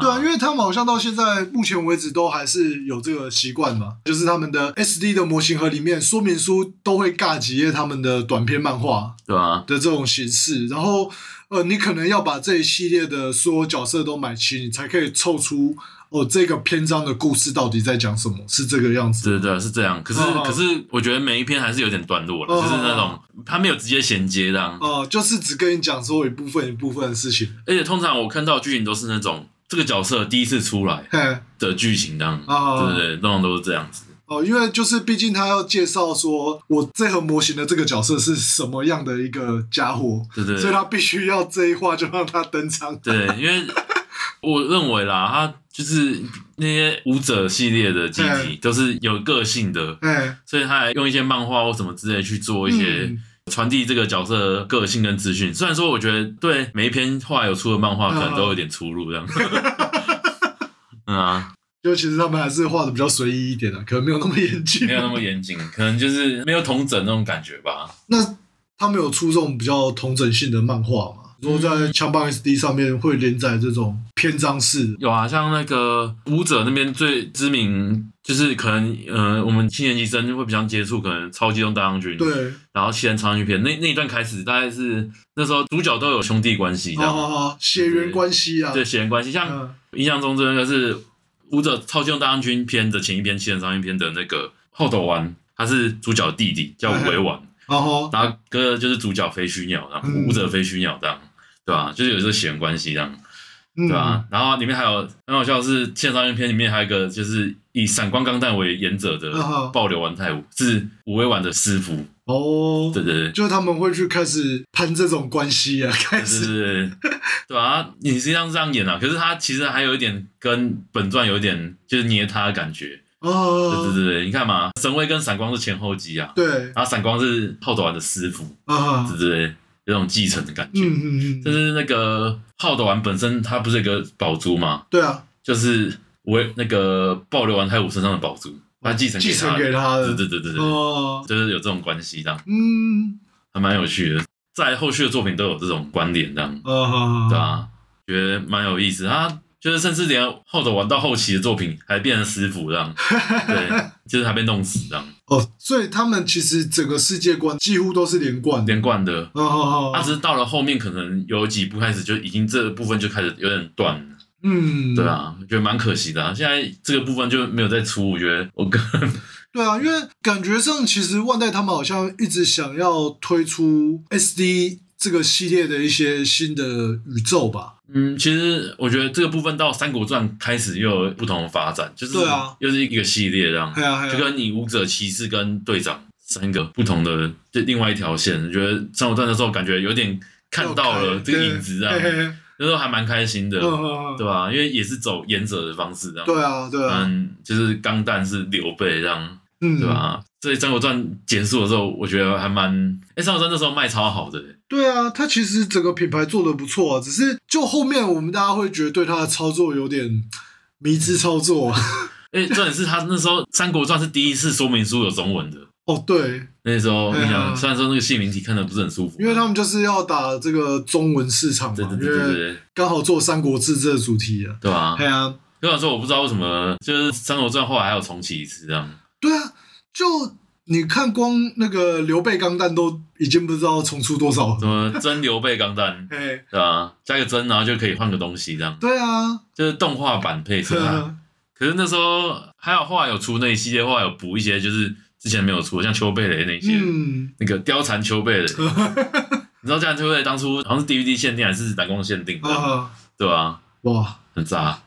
Speaker 2: 对啊，因为他们好像到现在目前为止都还是有这个习惯嘛，就是他们的 SD 的模型盒里面说明书都会尬几页他们的短篇漫画
Speaker 3: 对啊，
Speaker 2: 的这种形式，然后呃，你可能要把这一系列的所有角色都买齐，你才可以凑出哦这个篇章的故事到底在讲什么，是这个样子。
Speaker 3: 对对啊对是这样。可是、
Speaker 2: 哦哦
Speaker 3: 可是我觉得每一篇还是有点段落了，
Speaker 2: 哦哦
Speaker 3: 就是那种它没有直接衔接这样，
Speaker 2: 哦、就是只跟你讲说一部分一部分的事情，
Speaker 3: 而且通常我看到的剧情都是那种这个角色第一次出来
Speaker 2: 嘿，
Speaker 3: 的剧情这样，
Speaker 2: 哦
Speaker 3: 对对对，通常都是这样子。
Speaker 2: 哦，因为就是毕竟他要介绍说我这盒模型的这个角色是什么样的一个家伙，
Speaker 3: 对对对
Speaker 2: 所以他必须要这一话就让他登场。
Speaker 3: 对，因为我认为啦，他就是那些舞者系列的机体都是有个性的，
Speaker 2: 哎，
Speaker 3: 所以他还用一些漫画或什么之类去做一些
Speaker 2: 嗯
Speaker 3: 传递这个角色的个性跟资讯。虽然说我觉得对每一篇画有出的漫画
Speaker 2: 嗯
Speaker 3: 可能都有点出入这样。 嗯啊，
Speaker 2: 就其实他们还是画的比较随意一点的、啊可能没有那么严谨
Speaker 3: 没。有那么严谨，可能就是没有同整那种感觉吧。
Speaker 2: 那 他们有出这种比较同整性的漫画吗？如果
Speaker 3: 嗯
Speaker 2: 在枪棒 SD 上面会连载这种篇章式，
Speaker 3: 有啊，像那个舞者那边最知名，就是可能呃，我们七年级生会比较接触，可能超级动大将军，，
Speaker 2: 对，
Speaker 3: 然后七人长剧片那那一段开始，大概是那时候主角都有兄弟关系这
Speaker 2: 好
Speaker 3: 样，
Speaker 2: 好好，血缘关系啊，
Speaker 3: 对血缘关系。像
Speaker 2: 嗯，
Speaker 3: 印象中这个是舞者超级用大将军篇的前一篇七人长剧篇的那个后斗丸，他是主角弟弟叫尾丸，
Speaker 2: 然后
Speaker 3: 然后哥哥就是主角飞须鸟，然后
Speaker 2: 哦嗯
Speaker 3: 舞者飞须鸟这样，对吧、就是有这个血缘关系这样。
Speaker 2: 嗯，
Speaker 3: 对啊，然后里面还有很好笑的是，《线上影片》里面还有一个就是以闪光钢弹为演者的
Speaker 2: 嗯哼
Speaker 3: 爆流丸太武，是五味丸的师傅。
Speaker 2: 哦，
Speaker 3: 对对对，
Speaker 2: 就是他们会去开始攀这种关系啊，开
Speaker 3: 就
Speaker 2: 始
Speaker 3: 是对啊，你实际上是这样演啊，可是他其实还有一点跟本传有一点就是捏他的感觉。对对
Speaker 2: 哦，
Speaker 3: 对对，你看嘛，神威跟闪光是前后机啊，
Speaker 2: 对
Speaker 3: 然后闪光是炮斗丸的师傅，
Speaker 2: 啊，
Speaker 3: 对对对，有种继承的感觉。
Speaker 2: 嗯嗯
Speaker 3: 就
Speaker 2: 嗯，
Speaker 3: 是那个炮斗丸本身，它不是有一个宝珠吗？
Speaker 2: 对啊，
Speaker 3: 就是我那个爆流完太武身上的宝珠，他继承
Speaker 2: 继承
Speaker 3: 给
Speaker 2: 给他
Speaker 3: 他的，
Speaker 2: 的，
Speaker 3: 对对对对对，
Speaker 2: 哦，
Speaker 3: 就是有这种关系，这样
Speaker 2: 嗯，
Speaker 3: 还蛮有趣的。在后续的作品都有这种关联，这样
Speaker 2: 啊哈，
Speaker 3: 对
Speaker 2: 哈，
Speaker 3: 啊，觉得蛮有意思。他就是甚至连后头玩到后期的作品还变成师傅这 样，对，就是还被弄死这样，
Speaker 2: 哦，所以他们其实整个世界观几乎都是连贯的，
Speaker 3: 连贯的。
Speaker 2: 啊哈
Speaker 3: 他
Speaker 2: 哈，
Speaker 3: 只哦是到了后面，可能有几部开始就已经这部分就开始有点断了，
Speaker 2: 嗯，
Speaker 3: 对，啊，觉得蛮可惜的、啊。现在这个部分就没有再出，我觉得我个人
Speaker 2: 对啊，因为感觉上其实万代他们好像一直想要推出 SD 这个系列的一些新的宇宙吧，
Speaker 3: 嗯，其实我觉得这个部分到《三国传》开始又有不同的发展，就是
Speaker 2: 对啊
Speaker 3: 又是一个系列这样，
Speaker 2: 对啊，嘿啊
Speaker 3: 就跟你武者、骑士跟队长三个不同的就另外一条线。我觉得《三国传》的时候感觉有点看到了这个影子这
Speaker 2: 嘿嘿
Speaker 3: 样，
Speaker 2: 嘿
Speaker 3: 那时候还蛮开心的，
Speaker 2: 嗯嗯嗯
Speaker 3: 对啊吧、因为也是走演者的方式这样，
Speaker 2: 对啊，对啊，
Speaker 3: 嗯，就是钢弹是刘备这样，
Speaker 2: 嗯，
Speaker 3: 对吧、？啊所以《三国传》结束的时候，我觉得还蛮……哎，《三国传》那时候卖超好的、
Speaker 2: 对啊，它其实整个品牌做的不错啊，只是就后面我们大家会觉得对它的操作有点迷之操作啊。
Speaker 3: 哎，重点是他那时候《三国传》是第一次说明书有中文的。
Speaker 2: 哦，对，
Speaker 3: 那时候，
Speaker 2: 对啊
Speaker 3: 你想，虽然说那个姓名题看的不是很舒服，啊
Speaker 2: 因为他们就是要打这个中文市场嘛，
Speaker 3: 对对
Speaker 2: 因
Speaker 3: 对对对
Speaker 2: 为
Speaker 3: 对，
Speaker 2: 刚好做《三国志》这个主题啊。
Speaker 3: 对吧？
Speaker 2: 对啊，
Speaker 3: 虽然说我不知道为什么，就是《三国传》后来还有重启一次这样，
Speaker 2: 对啊，就你看光那个刘备钢弹都已经不知道重出多少
Speaker 3: 什
Speaker 2: 了。，
Speaker 3: 么真刘备钢弹
Speaker 2: 哎，
Speaker 3: 对吧？加个真，然后就可以换个东西这样，
Speaker 2: 对啊，
Speaker 3: 就是动画版配色
Speaker 2: 对
Speaker 3: 啊。
Speaker 2: 啊，
Speaker 3: 可是那时候还有后来有出那一系列，后来有补一些，就是之前没有出的，像丘贝雷那些，
Speaker 2: 嗯，
Speaker 3: 那个貂蝉丘贝 雷。你知道貂蝉丘贝雷当初好像是 DVD 限定还是蓝光限定的，
Speaker 2: 啊，
Speaker 3: 对吧？
Speaker 2: 哇，
Speaker 3: 很渣，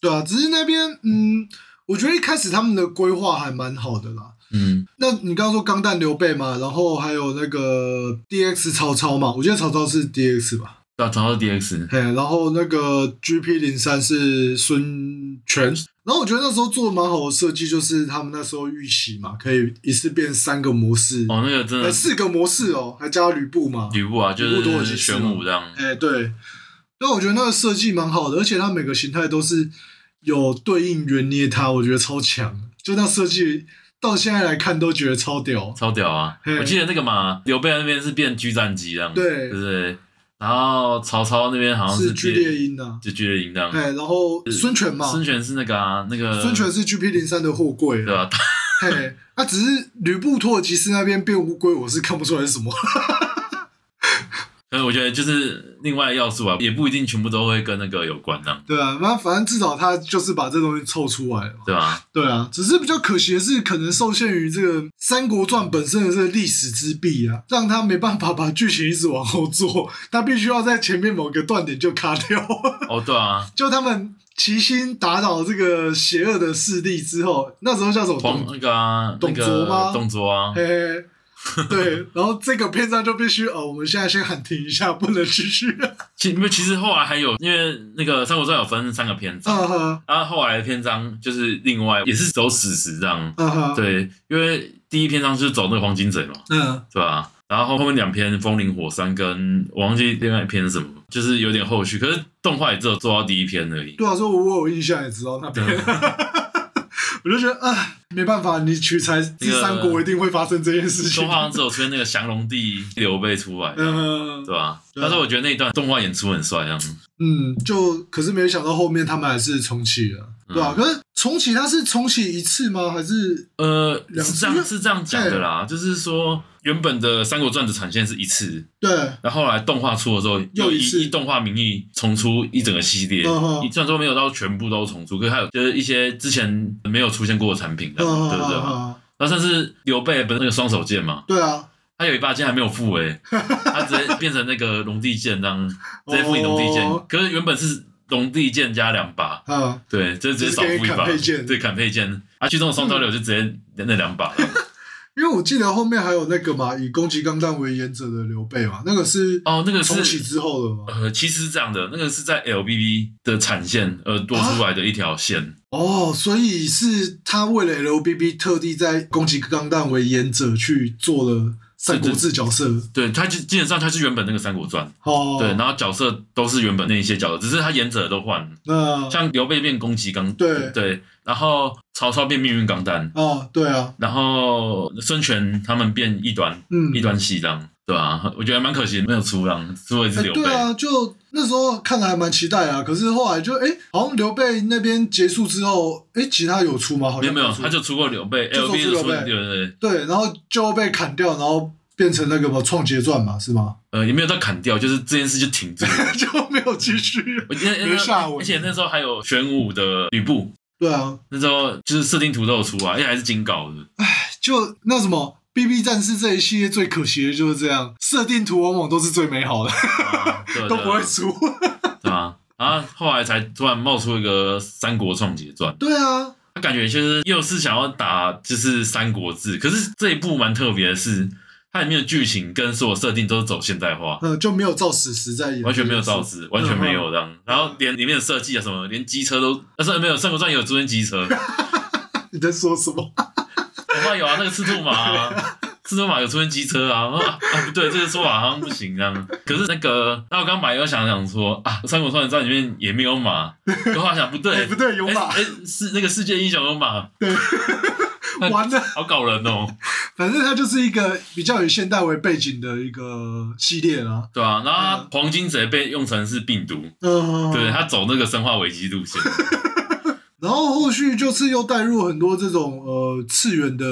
Speaker 2: 对啊，只是那边，嗯，我觉得一开始他们的规划还蛮好的啦。
Speaker 3: 嗯，
Speaker 2: 那你刚刚说钢弹刘备嘛，然后还有那个 DX 曹操嘛，我记得曹操是 DX 吧？
Speaker 3: 对啊，传到 DX，
Speaker 2: 嘿，然后那个 GP 零三是孙权。然后我觉得那时候做的蛮好的设计，就是他们那时候预期嘛，可以一次变三个模式，
Speaker 3: 哦，那个真
Speaker 2: 呃，
Speaker 3: 的
Speaker 2: 四个模式哦，还加吕布嘛。
Speaker 3: 吕布啊，就
Speaker 2: 吕布多有形
Speaker 3: 是
Speaker 2: 式
Speaker 3: 玄
Speaker 2: 嘛
Speaker 3: 武这样，
Speaker 2: 哎，对，但我觉得那个设计蛮好的，而且它每个形态都是有对应原捏它，我觉得超强。就那设计到现在来看都觉得超屌。
Speaker 3: 超屌啊
Speaker 2: 嘿！
Speaker 3: 我记得那个嘛，刘备那边是变狙战机这样，
Speaker 2: 对
Speaker 3: 对不对？然后曹操那边好像
Speaker 2: 是
Speaker 3: 变
Speaker 2: 巨猎鹰啊，
Speaker 3: 就狙猎鹰这样。
Speaker 2: 哎，然后孙权嘛，
Speaker 3: 嗯孙权是那个啊，那个
Speaker 2: 孙权是 GP 零三的货柜，啊
Speaker 3: 对吧？啊
Speaker 2: 嘿，啊，只是吕布托尔吉斯那边变乌龟，我是看不出来是什么。
Speaker 3: 所以我觉得就是另外的要素啊，也不一定全部都会跟那个有关这样，
Speaker 2: 对啊，那反正至少他就是把这东西凑出来了嘛。
Speaker 3: 对吧？
Speaker 2: 对啊，只是比较可惜的是，可能受限于这个《三国传》本身的这个历史之弊啊，让他没办法把剧情一直往后做，他必须要在前面某个断点就卡掉。
Speaker 3: 哦，对啊，
Speaker 2: 就他们齐心打倒这个邪恶的势力之后，那时候叫什么？
Speaker 3: 黄那个啊，那
Speaker 2: 嗯董卓吗
Speaker 3: 个董卓啊，
Speaker 2: 嘿嘿， 对，然后这个篇章就必须哦，我们现在先喊停一下，不能继续。
Speaker 3: 其没有其实后来还有，因为那个《三国传》有分三个篇 章，
Speaker 2: 啊哈，
Speaker 3: 然后后来的篇章就是另外也是走史实这样，
Speaker 2: 啊哈，，
Speaker 3: 对，因为第一篇章就是走那个黄金贼嘛，
Speaker 2: 嗯，
Speaker 3: 对吧、然后后面两篇《风林火山》跟我忘记另外一篇是什么，就是有点后续，可是动画也只有做到第一篇而已。
Speaker 2: 对啊，说我有印象也知道那边，
Speaker 3: 对
Speaker 2: 啊 我就觉得啊，没办法，你取材第三国一定会发生这件事情
Speaker 3: 动。画好像只有出现那个降龙帝刘备出来，对
Speaker 2: 嗯
Speaker 3: 吧、
Speaker 2: 对
Speaker 3: 但是我觉得那一段动画演出很帅，这样
Speaker 2: 嗯，就可是没想到后面他们还是重启了，对吧、
Speaker 3: 嗯
Speaker 2: 可是重启它是重启一次吗？还是
Speaker 3: 呃
Speaker 2: 两
Speaker 3: 是
Speaker 2: 次
Speaker 3: 这样是这样讲的啦，就是说原本的《三国传》的产线是一次，
Speaker 2: 对？
Speaker 3: 然后后来动画出的时候
Speaker 2: 又
Speaker 3: 以
Speaker 2: 一次
Speaker 3: 以动画名义重出一整个系列，
Speaker 2: 嗯哼
Speaker 3: 你虽然说没有到全部都重出，可是还有就是一些之前没有出现过的产品的，
Speaker 2: 嗯
Speaker 3: 对不对？那甚至刘备不是那个双手剑嘛，
Speaker 2: 对啊，
Speaker 3: 他有一把剑还没有付 哎、他直接变成那个龙帝剑这样，直接付你龙帝剑
Speaker 2: 哦，
Speaker 3: 可是原本是龙帝剑加两把，
Speaker 2: 嗯，
Speaker 3: 对，就直接少付一
Speaker 2: 就是给砍
Speaker 3: 把
Speaker 2: 配件，
Speaker 3: 对，砍配件，啊，去这种双刀流就直接那两把了，
Speaker 2: 因为我记得后面还有那个嘛，以攻击钢弹为原则的刘备嘛，那个是
Speaker 3: 哦，那个
Speaker 2: 重启
Speaker 3: 是。
Speaker 2: 之后的嘛。
Speaker 3: 呃，其实是这样的，那个是在 LBB 的产线而多出来的一条线，
Speaker 2: 哦，所以是他为了 LBB 特地在攻击钢弹为演者去做了《三国志》角色
Speaker 3: 对，它就基本上它是原本那个《三国传》
Speaker 2: 哦。
Speaker 3: 对，，然后角色都是原本那一些角色，只是他演者都换，
Speaker 2: 那
Speaker 3: 像刘备变攻击钢，
Speaker 2: 对
Speaker 3: 对，然后曹操变命运钢弹，
Speaker 2: 啊，对啊，
Speaker 3: 然后孙权他们变异端，
Speaker 2: 嗯
Speaker 3: 异，端系这样，对啊，我觉得蛮可惜没有出让，出了一只
Speaker 2: 哎
Speaker 3: 刘备，
Speaker 2: 对啊，就那时候看的还蛮期待啊。可是后来就哎、好像刘备那边结束之后，哎、其他有出吗？好
Speaker 3: 没有
Speaker 2: 像
Speaker 3: 没有，
Speaker 2: 出
Speaker 3: 他就出过刘备
Speaker 2: 就
Speaker 3: ，L
Speaker 2: 出
Speaker 3: B 就出
Speaker 2: 刘备
Speaker 3: 对对对，
Speaker 2: 对，然后就被砍掉，然后变成那个嘛《创杰传》嘛，是吗？
Speaker 3: 呃，也没有到砍掉，就是这件事就停住了。
Speaker 2: 就没有继续。
Speaker 3: 我记得
Speaker 2: 没下文
Speaker 3: 而且那时候还有玄武的吕布，
Speaker 2: 对啊，
Speaker 3: 那时候就是设定图都有出啊，而且还是金稿的，
Speaker 2: 就那什么。B B 战士这一系列最可惜的就是这样，设定图往往都是最美好的，
Speaker 3: 啊对
Speaker 2: 都
Speaker 3: 对
Speaker 2: 不会输。
Speaker 3: 对啊，然后后来才突然冒出一个《三国创杰传》，
Speaker 2: 对啊，
Speaker 3: 他感觉就是又是想要打就是《三国志》，可是这一部蛮特别的是，它里面的剧情跟所有设定都是走现代化，
Speaker 2: 嗯，就没有照史实在演，
Speaker 3: 完全没有造纸，完全没有这样，然后连里面的设计啊什么，连机车都，但是没有《三国传》也有出现机车，
Speaker 2: 你在说什么？
Speaker 3: 有啊有啊，那个赤兔马、啊。赤兔马有出现机车啊啊啊！不对，这个说法好像不行这样。可是那个，那我刚买又想想说啊，《三国创杰传》里面也没有马，可后来想不
Speaker 2: 哎
Speaker 3: 对，
Speaker 2: 不对，有马
Speaker 3: 哎、哎是那个世界英雄有马，
Speaker 2: 完了。
Speaker 3: 好搞人哦，
Speaker 2: 反正它就是一个比较以现代为背景的一个系列啦。
Speaker 3: 对啊，然后他黄金贼被用成是病毒，
Speaker 2: 嗯，
Speaker 3: 对他走那个生化危机路线，
Speaker 2: 然后后续就是又带入很多这种呃次元的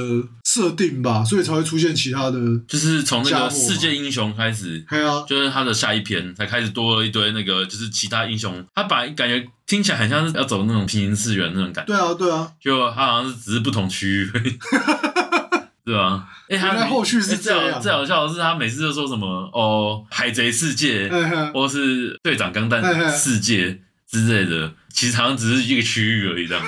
Speaker 2: 设定吧，所以才会出现其他的。
Speaker 3: 就是从那
Speaker 2: 家伙
Speaker 3: 个
Speaker 2: 嘛
Speaker 3: 世界英雄开始，
Speaker 2: 对啊，
Speaker 3: 就是他的下一篇才开始多了一堆那个就是其他英雄，他把感觉听起来很像是要走那种平行次元那种感觉，
Speaker 2: 对啊，对啊，
Speaker 3: 就他好像是只是不同区域。 对啊，哎、他
Speaker 2: 原来后续是
Speaker 3: 哎最好
Speaker 2: 这样啊
Speaker 3: 最好笑的是，他每次就说什么哦，海贼世界，
Speaker 2: 嗯哼，
Speaker 3: 或是队长钢
Speaker 2: 嘿嘿
Speaker 3: 弹世界之类的，其实好像只是一个区域而 已这样。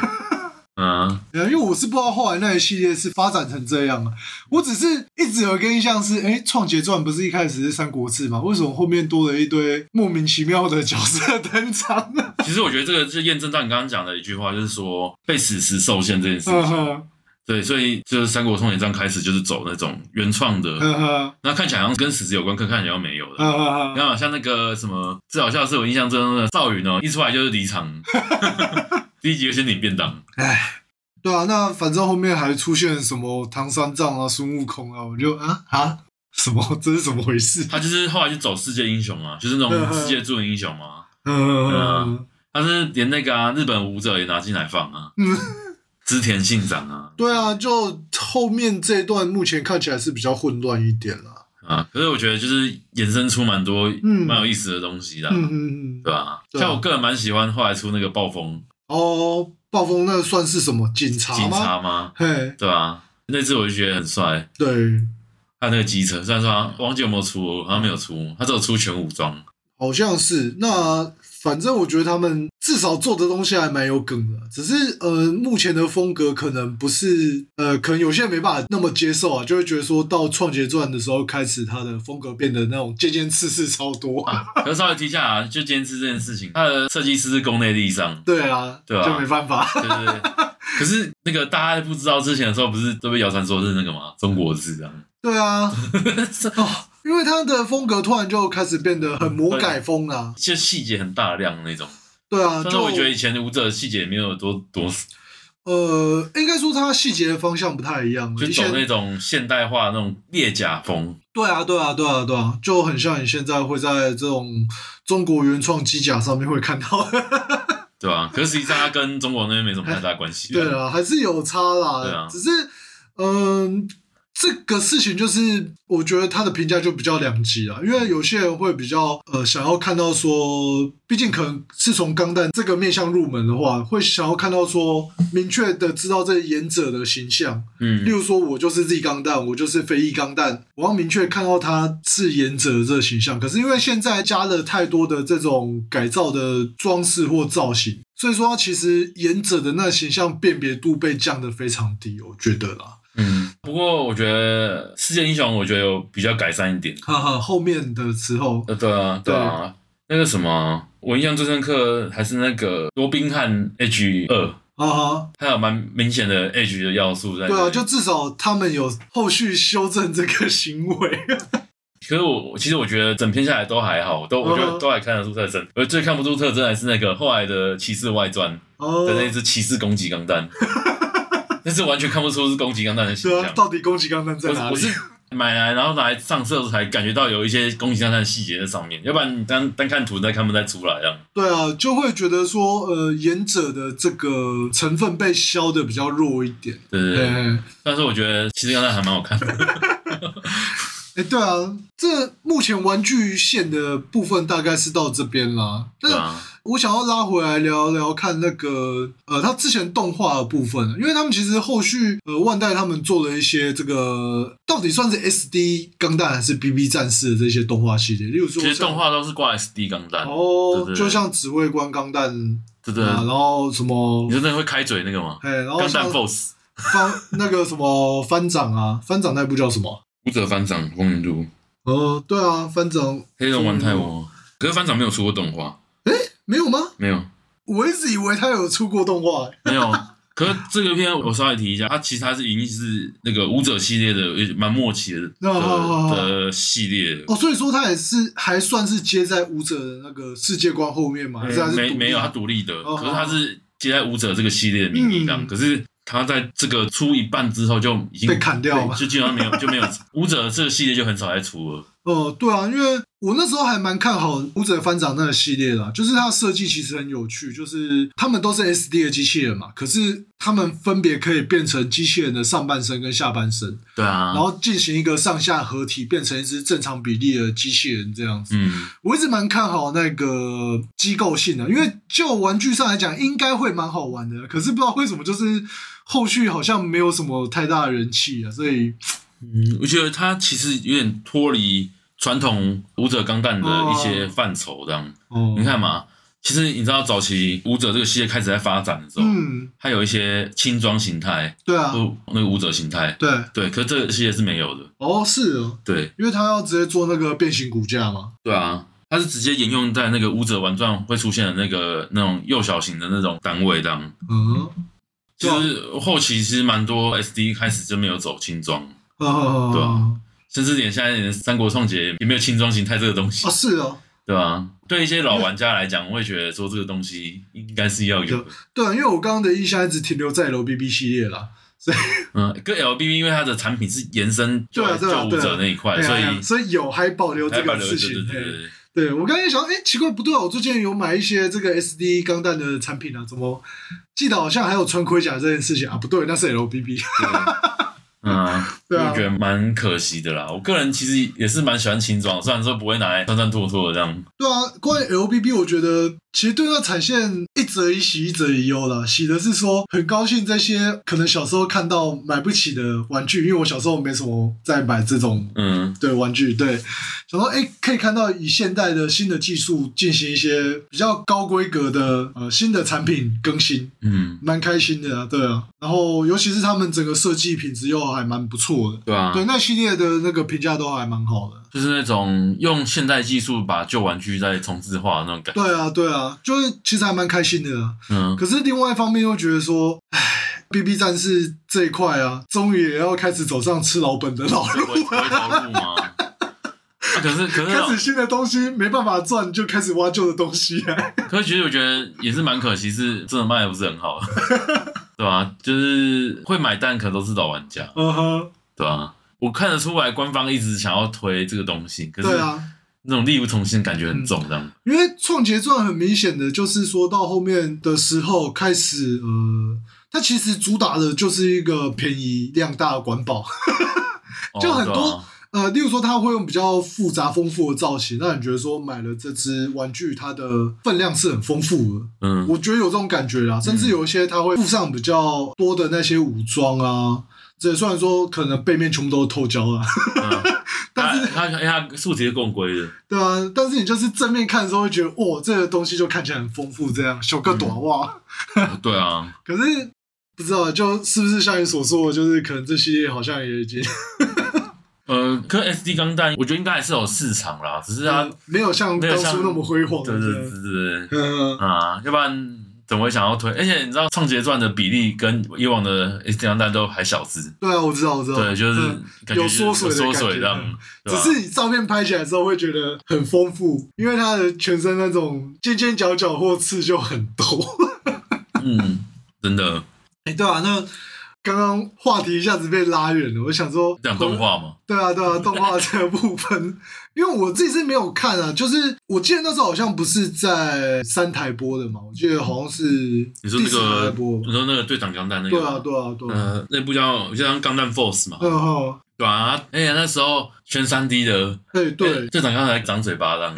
Speaker 3: 嗯，
Speaker 2: 因为我是不知道后来那一系列是发展成这样啊，我只是一直有一个印象是，哎，《创杰传》不是一开始是三国志嘛？为什么后面多了一堆莫名其妙的角色登场 呢？
Speaker 3: 其实我觉得这个就验证到你刚刚讲的一句话，就是说被史实受限这件事
Speaker 2: 嗯
Speaker 3: 情。
Speaker 2: 哼，
Speaker 3: 对，所以就是《三国通也这样开始就是走那种原创的，
Speaker 2: 嗯哼，
Speaker 3: 那看起来好像跟史实有关，可看起来又没有的。
Speaker 2: 嗯哼
Speaker 3: 你，看，啊像那个什么，最好笑的是我 印象中的赵云哦，一出来就是离场，第一集就先领便当。
Speaker 2: 哎，对啊，那反正后面还出现什么唐三藏啊、孙悟空啊，我就啊啊，什么这是怎么回事？
Speaker 3: 他就是后来就走世界英雄啊，就是那种世界著名英雄嘛。啊
Speaker 2: 嗯，
Speaker 3: 他是连那个啊日本舞者也拿进来放啊，
Speaker 2: 嗯
Speaker 3: 织田信长啊
Speaker 2: 对啊，就后面这一段目前看起来是比较混乱一点啦。
Speaker 3: 啊。可是我觉得就是衍生出蛮多
Speaker 2: 嗯
Speaker 3: 蛮有意思的东西的啊，
Speaker 2: 嗯嗯嗯，
Speaker 3: 对吧？
Speaker 2: 对啊
Speaker 3: 像我个人蛮喜欢后来出那个暴风
Speaker 2: 哦，暴风那算是什么警察
Speaker 3: 警
Speaker 2: 吗？
Speaker 3: 察吗？
Speaker 2: 嘿，
Speaker 3: 对吧？那次我就觉得很帅。
Speaker 2: 对，
Speaker 3: 还有那个机车，虽然说他忘记有没有出，好像没有出，他只有出全武装。
Speaker 2: 好像是。那反正我觉得他们至少做的东西还蛮有梗的，只是呃，目前的风格可能不是呃，可能有些人没办法那么接受啊，就会觉得说到《创杰传》的时候开始，他的风格变得那种尖尖刺刺超多。
Speaker 3: 可是稍微提一下啊，就坚持这件事情，他的设计师是宫内利 尚，
Speaker 2: 对啊，
Speaker 3: 对啊
Speaker 2: 就没办法。
Speaker 3: 对对对。可是那个大家不知道之前的时候，不是都被谣传说是那个吗？中国字这样。
Speaker 2: 对 啊，哦，因为他的风格突然就开始变得很魔改风啊。
Speaker 3: 就细节很大量那种。
Speaker 2: 对啊，
Speaker 3: 但是
Speaker 2: 就
Speaker 3: 我觉得以前的舞者的细节没有多多，就
Speaker 2: 呃，应该说他细节的方向不太一样了。啊以
Speaker 3: 走
Speaker 2: 前
Speaker 3: 那种现代化那种猎甲风。
Speaker 2: 对啊，对啊，对啊，对啊，就很像你现在会在这种中国原创机甲上面会看到。
Speaker 3: 对吧、可是实际上它跟中国那边没什么太大关系。
Speaker 2: 对啊，还是有差啦。
Speaker 3: 对啊
Speaker 2: 只是嗯、这个事情就是我觉得他的评价就比较两极啦，因为有些人会比较呃想要看到说，毕竟可能是从钢弹这个面向入门的话，会想要看到说明确的知道这演者的形象。例
Speaker 3: 嗯，
Speaker 2: 如说，我就是 Z 钢弹，我就是非裔钢弹，我要明确看到他是演者的这个形象。可是因为现在加了太多的这种改造的装饰或造型，所以说它其实演者的那形象辨别度被降得非常低，我觉得啦。
Speaker 3: 嗯。不过我觉得世界英雄，我觉得有比较改善一点。
Speaker 2: 哈哈，后面的时候，
Speaker 3: 呃，对啊，对啊，那个什么，啊我印象最深刻还是那个罗宾汉 H 二，
Speaker 2: 啊哈，
Speaker 3: 它有蛮明显的 H 的要素在里
Speaker 2: 对
Speaker 3: 面。
Speaker 2: 啊，就至少他们有后续修正这个行为。
Speaker 3: 可是我我其实我觉得整篇下来都还好，都我觉
Speaker 2: 嗯
Speaker 3: 得都还看得出特征。而最看不出特征还是那个后来的骑士外传
Speaker 2: 哦
Speaker 3: 的，那只骑士攻击 钢弹，但是完全看不出是攻击钢弹的形
Speaker 2: 对
Speaker 3: 象
Speaker 2: 啊，。到底攻击钢弹在哪
Speaker 3: 我
Speaker 2: 里？
Speaker 3: 是我是 买来然后拿来上色才感觉到有一些攻击上的细节在上面，要不然你单单看图再看不太出来啊。
Speaker 2: 对啊，就会觉得说，呃，演者的这个成分被消的比较弱一点。
Speaker 3: 对对对。
Speaker 2: 哎、
Speaker 3: 但是我觉得其实刚才还蛮好看的。
Speaker 2: 哎对啊，这目前玩具线的部分大概是到这边啦。
Speaker 3: 对
Speaker 2: 那
Speaker 3: 啊，
Speaker 2: 我想要拉回来聊聊看那个呃，他之前动画的部分，啊因为他们其实后续呃，万代他们做了一些这个到底算是 SD 钢弹还是 BB 战士的这些动画系列，例如说
Speaker 3: 其实
Speaker 2: 像
Speaker 3: 动画都是挂 SD 钢
Speaker 2: 啊
Speaker 3: 弹，对
Speaker 2: 哦，
Speaker 3: 对对
Speaker 2: 就像指挥官钢弹
Speaker 3: 对对。
Speaker 2: 啊，然后什么
Speaker 3: 你。说那会开嘴那个吗？
Speaker 2: 哎，然后
Speaker 3: 钢
Speaker 2: 像
Speaker 3: 弹 BOSS
Speaker 2: 翻那个什么翻掌啊，翻掌那部叫什么？
Speaker 3: 武者翻掌风云录
Speaker 2: 呃，对啊，翻掌
Speaker 3: 黑龙玩太
Speaker 2: 嗯
Speaker 3: 魔，可是翻掌没有出过动画，
Speaker 2: 没有吗？
Speaker 3: 没有
Speaker 2: 我一直以为他有出过动画、欸。
Speaker 3: 没有。可是这个片我稍微提一下，它其实它是已经是那个武者系列的蛮末期的
Speaker 2: 哦
Speaker 3: 的的系列了，
Speaker 2: 哦，所以说他也是还算是接在舞者的那个世界观后面嘛，哦还是他是独立啊
Speaker 3: 嗯没没有，啊他独立的，
Speaker 2: 哦
Speaker 3: 可是他是接在舞者这个系列的名义上，
Speaker 2: 嗯
Speaker 3: 可是他在这个出一半之后就已经
Speaker 2: 被砍掉了
Speaker 3: 对就基本上没有就没有舞者这个系列就很少再出了。
Speaker 2: 哦、对啊，因为我那时候还蛮看好舞者翻掌那个系列啦，就是它的设计其实很有趣，就是他们都是 SD 的机器人嘛，可是他们分别可以变成机器人的上半身跟下半身，
Speaker 3: 对啊
Speaker 2: 然，后进行一个上下合体，变成一只正常比例的机器人这样子。
Speaker 3: 嗯，
Speaker 2: 我一直蛮看好那个机构性的，因为就玩具上来讲，应该会蛮好玩的。可是不知道为什么，就是后续好像没有什么太大的人气啊，所以
Speaker 3: 嗯我觉得他其实有点脱离传统舞者钢弹的一些范畴，这样、
Speaker 2: 哦，
Speaker 3: 你，看嘛。其实你知道，早期舞者这个系列开始在发展的时候，
Speaker 2: 嗯，
Speaker 3: 它有一些轻装形态，
Speaker 2: 对啊，
Speaker 3: 不、那个舞者形态，
Speaker 2: 对，
Speaker 3: 对，可是这个系列是没有的，
Speaker 2: 哦，是哦，
Speaker 3: 对，
Speaker 2: 因为他要直接做那个变形骨架嘛，
Speaker 3: 对啊，它是直接沿用在那个《武者玩转》会出现的那个那种幼小型的那种单位当。
Speaker 2: 嗯，
Speaker 3: 其实后期其实蛮多 SD 开始就没有走轻装，
Speaker 2: 啊，
Speaker 3: 对啊甚至连现在连三国创杰也没有轻装形态这个东西
Speaker 2: 啊，。是哦，
Speaker 3: 对啊，对一些老玩家来讲，我会觉得说这个东西应该是要有的。
Speaker 2: 对啊，因为我刚刚的印象一直停留在 LBB 系列啦，
Speaker 3: 嗯，跟 LBB 因为它的产品是延伸
Speaker 2: 对
Speaker 3: 就
Speaker 2: 啊对啊
Speaker 3: 就武者那一块，
Speaker 2: 哎呀
Speaker 3: 所以
Speaker 2: 哎呀所以有还保留这
Speaker 3: 才保
Speaker 2: 个
Speaker 3: 留
Speaker 2: 事
Speaker 3: 对
Speaker 2: 情
Speaker 3: 对。对
Speaker 2: 哎
Speaker 3: 对对。
Speaker 2: 对我刚才想，哎、奇怪，不对啊，我最近有买一些这个 SD 钢弹的产品啊，怎么记得好像还有穿盔甲这件事情啊？不对，那是 LBB。
Speaker 3: 嗯，
Speaker 2: 对啊
Speaker 3: 我觉得蛮可惜的啦。我个人其实也是蛮喜欢轻装，虽然说不会拿来穿穿脱脱的这样。
Speaker 2: 对啊，关于 LBB，我觉得其实对那产线一则一喜，一则一忧啦。喜的是说很高兴这些可能小时候看到买不起的玩具，因为我小时候没什么在买这种
Speaker 3: 嗯，
Speaker 2: 对玩具，对，想说哎，可以看到以现代的新的技术进行一些比较高规格的呃新的产品更新，
Speaker 3: 嗯，
Speaker 2: 蛮开心的啊，对啊。然后尤其是他们整个设计品质又还蛮不错的，
Speaker 3: 对啊，
Speaker 2: 对那系列的那个评价都还蛮好的。
Speaker 3: 就是那种用现代技术把旧玩具再重置化的那种感觉。
Speaker 2: 对啊，对啊，就是其实还蛮开心的啊。
Speaker 3: 嗯，
Speaker 2: 可是另外一方面又觉得说，唉，B B 战士这一块啊，终于也要开始走上吃老本的老
Speaker 3: 会
Speaker 2: 路，
Speaker 3: 回回头路吗？啊可是可
Speaker 2: 开始
Speaker 3: 是
Speaker 2: 新的东西没办法赚，就开始挖旧的东西啊。
Speaker 3: 可是，其实我觉得也是蛮可惜，是真的卖的不是很好， 对啊？就是会买单，可能都是老玩家，
Speaker 2: 嗯哼，
Speaker 3: 对啊？我看得出来，官方一直想要推这个东西，可是
Speaker 2: 对啊，
Speaker 3: 那种力不从心的感觉很重，这样。
Speaker 2: 因为《创杰传》很明显的就是说到后面的时候开始，呃，它其实主打的就是一个便宜量大的管保，
Speaker 3: 哦
Speaker 2: 就很
Speaker 3: 对
Speaker 2: 多
Speaker 3: 啊
Speaker 2: 呃，例如说它会用比较复杂丰富的造型，让你觉得说买了这只玩具它的分量是很丰富的。
Speaker 3: 嗯，
Speaker 2: 我觉得有这种感觉啦，甚至有一些它会附上比较多的那些武装啊，这虽然说可能背面全部都是透胶啊，
Speaker 3: 但是它它它数值是 共规的，
Speaker 2: 对啊，但是你就是正面看的时候会觉得，哇，这个东西就看起来很丰富，这样小个短袜。
Speaker 3: 对啊，
Speaker 2: 可是不知道，就是不是像你所说的，就是可能这系列好像也已经
Speaker 3: 呃，可 SD 钢弹我觉得应该还是有市场啦，只是它
Speaker 2: 没有像
Speaker 3: 啊没
Speaker 2: 嗯当
Speaker 3: 有像
Speaker 2: 初那么辉煌
Speaker 3: 对
Speaker 2: 了。
Speaker 3: 对
Speaker 2: 对
Speaker 3: 对对对
Speaker 2: 嗯，
Speaker 3: 啊，要不然怎么会想要推？而且你知道《创杰传》的比例跟以往的 SD 钢弹都还小只，
Speaker 2: 对啊，我知道，我知道，
Speaker 3: 对，就是
Speaker 2: 嗯
Speaker 3: 感
Speaker 2: 有
Speaker 3: 觉有
Speaker 2: 缩水的
Speaker 3: 缩
Speaker 2: 感
Speaker 3: 水
Speaker 2: 觉嗯
Speaker 3: 这样，对啊
Speaker 2: 只
Speaker 3: 吧
Speaker 2: 是你照片拍起来之后会觉得很丰富，因为它的全身那种尖尖角角或刺就很多。
Speaker 3: 嗯，真的
Speaker 2: 哎、对啊，那刚刚话题一下子被拉远了，我想说
Speaker 3: 讲动画嘛，
Speaker 2: 对啊， 对啊，动画这个部分，因为我自己是没有看啊，就是我记得那时候好像不是在三台播的嘛，我记得好像是
Speaker 3: 你说
Speaker 2: 第
Speaker 3: 那
Speaker 2: 四台
Speaker 3: 个，
Speaker 2: 播
Speaker 3: 你，说那个队长钢弹那个，
Speaker 2: 对啊，对啊，对啊，
Speaker 3: 呃，那部叫就像钢弹 Force 嘛，
Speaker 2: 嗯哼，
Speaker 3: 对啊，而且那时候全三 D 的，
Speaker 2: 对对
Speaker 3: 欸，队长刚才长嘴巴这样。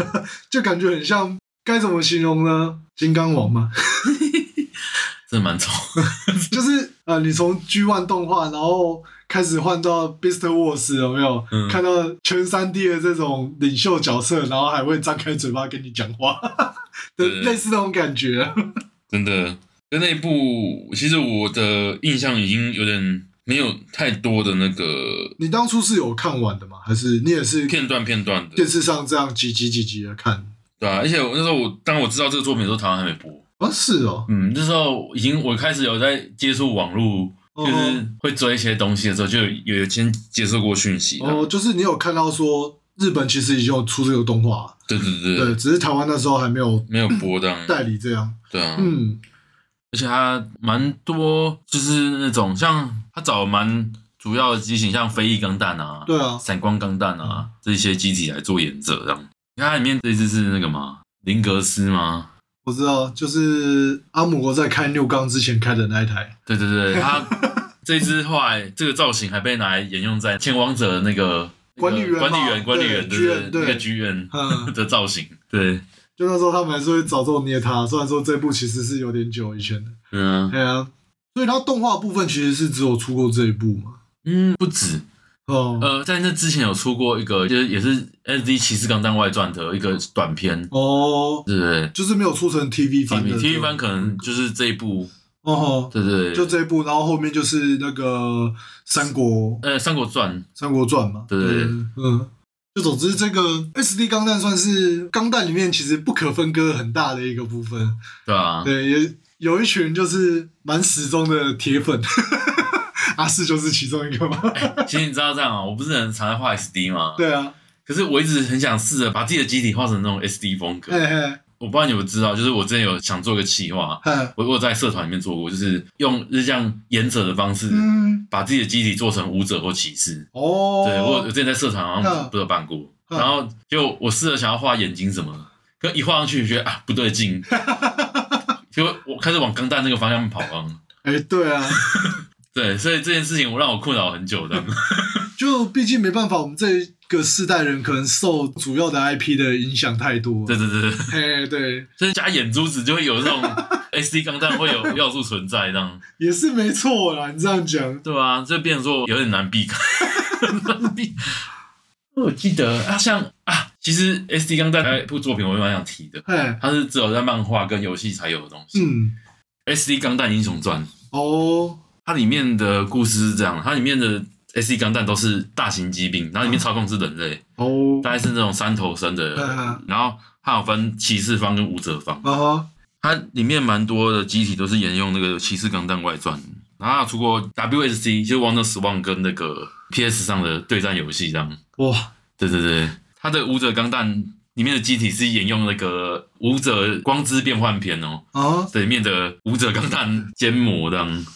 Speaker 2: 就感觉很像，该怎么形容呢？金刚王嘛，
Speaker 3: 真的蛮丑。
Speaker 2: 就是呃，你从 G One 动画，然后开始换到 Beast Wars 有没有？
Speaker 3: 嗯
Speaker 2: 看到全三 D 的这种领袖角色，然后还会张开嘴巴跟你讲话， 对，
Speaker 3: 对对对
Speaker 2: 类似那种感觉。
Speaker 3: 真的。跟那一部，其实我的印象已经有点没有太多的那个
Speaker 2: 你当初是有看完的吗？还是你也是
Speaker 3: 片段片段的，
Speaker 2: 电视上这样几集几集的看？
Speaker 3: 对啊。而且我那时候我当我知道这个作品的时候，台湾还没播。
Speaker 2: 啊，是哦，
Speaker 3: 嗯，那时候已经我开始有在接触网络，
Speaker 2: 哦
Speaker 3: 就是会追一些东西的时候，就有有先接受过讯息的。
Speaker 2: 哦，就是你有看到说日本其实已经有出这个动画了，
Speaker 3: 对对对
Speaker 2: 对，只是台湾那时候还没有
Speaker 3: 没有播这样。
Speaker 2: 代理这样。
Speaker 3: 对啊，
Speaker 2: 嗯，
Speaker 3: 而且它蛮多，就是那种像它找了蛮主要的机型，像飞翼钢弹啊，
Speaker 2: 对啊，嗯
Speaker 3: 闪光钢弹啊这些机体来做演奏，这样。你看它里面这一只是那个吗？林格斯吗？
Speaker 2: 我知道，就是阿姆国在开六缸之前开的那一台。
Speaker 3: 对对对， 它这一只后来这个造型还被拿来沿用在《前王者》的那个
Speaker 2: 管理员嘛
Speaker 3: 那个管理员、管理员，
Speaker 2: 对
Speaker 3: 对对
Speaker 2: GN
Speaker 3: 对，
Speaker 2: 对
Speaker 3: 那个 G N
Speaker 2: 嗯
Speaker 3: 的造型，对，
Speaker 2: 就那时候他们还是会找这种捏他，虽然说这部其实是有点久以前的，
Speaker 3: 嗯啊
Speaker 2: 对啊，所以它动画部分其实是只有出过这一部嘛，
Speaker 3: 嗯，不止，
Speaker 2: 哦、
Speaker 3: 呃，在那之前有出过一个，就是也是《S D 骑士钢弹外传》的一个短片，
Speaker 2: 哦，
Speaker 3: 对不对？
Speaker 2: 就是没有出成 TV
Speaker 3: 体
Speaker 2: 版的
Speaker 3: 育体育番可能就是这一部，
Speaker 2: 哦吼，
Speaker 3: 对对对，
Speaker 2: 就这一部，然后后面就是那个三国
Speaker 3: 呃《三国传
Speaker 2: 三国传嘛，
Speaker 3: 对对对
Speaker 2: 嗯。就总之，这个 S D 钢弹算是钢弹里面其实不可分割很大的一个部分，》，
Speaker 3: 对啊，
Speaker 2: 对，也有一群就是蛮死忠的铁粉，阿四就是其中一个嘛。
Speaker 3: 哎其实你知道这样啊、我不是很常在画 SD 吗？
Speaker 2: 对啊，
Speaker 3: 可是我一直很想试着把自己的机体画成那种 SD 风格。
Speaker 2: 嘿嘿，
Speaker 3: 我不知道你有没有知道，就是我之前有想做个企划，
Speaker 2: 嗯
Speaker 3: 我我有在社团里面做过，就是用日向演者的方式，
Speaker 2: 嗯，
Speaker 3: 把自己的机体做成舞者或骑士。
Speaker 2: 哦，
Speaker 3: 对我我之前在社团好像
Speaker 2: 嗯
Speaker 3: 不是有办过，
Speaker 2: 嗯
Speaker 3: 然后就我试着想要画眼睛什么的，可一画上去觉得啊不 对劲，就我开始往钢弹那个方向跑啊。
Speaker 2: 哎，对啊，
Speaker 3: 对，所以这件事情我让我困扰很久的。
Speaker 2: 就毕竟没办法，我们这个世代人可能受主要的 IP 的影响太多
Speaker 3: 对
Speaker 2: 了。
Speaker 3: 对对对，
Speaker 2: 嘿，对，
Speaker 3: 所以加眼珠子就会有 这种 SD 钢弹会有要素存在，这样
Speaker 2: 也是没错啦。你这样讲，
Speaker 3: 对啊，这变成说有点难避开。 难避我记得啊，像啊，其实 SD 钢弹还有一部作品我蛮想提的，
Speaker 2: 嘿，
Speaker 3: 它是只有在漫画跟游戏才有的东西。
Speaker 2: 嗯，
Speaker 3: S D 钢弹英雄传，
Speaker 2: 哦，
Speaker 3: 它里面的故事是这样，它里面的 S D 钢弹都是大型机兵，然后里面操控是人类，
Speaker 2: 哦，
Speaker 3: 大概是那种三头身的
Speaker 2: 嗯嗯，
Speaker 3: 然后它有分骑士方跟武者方，
Speaker 2: 啊哈，
Speaker 3: 它里面蛮多的机体都是沿用那个骑士钢弹外传，然后它有出过 W S C 就是 Wonder s w a n 跟那个 P S 上的对战游戏这样，
Speaker 2: 哇，
Speaker 3: 对对对，它的武者钢弹里面的机体是沿用那个武者光之变换篇哦，
Speaker 2: 啊哈，
Speaker 3: 这里面的武者钢弹 建模这样，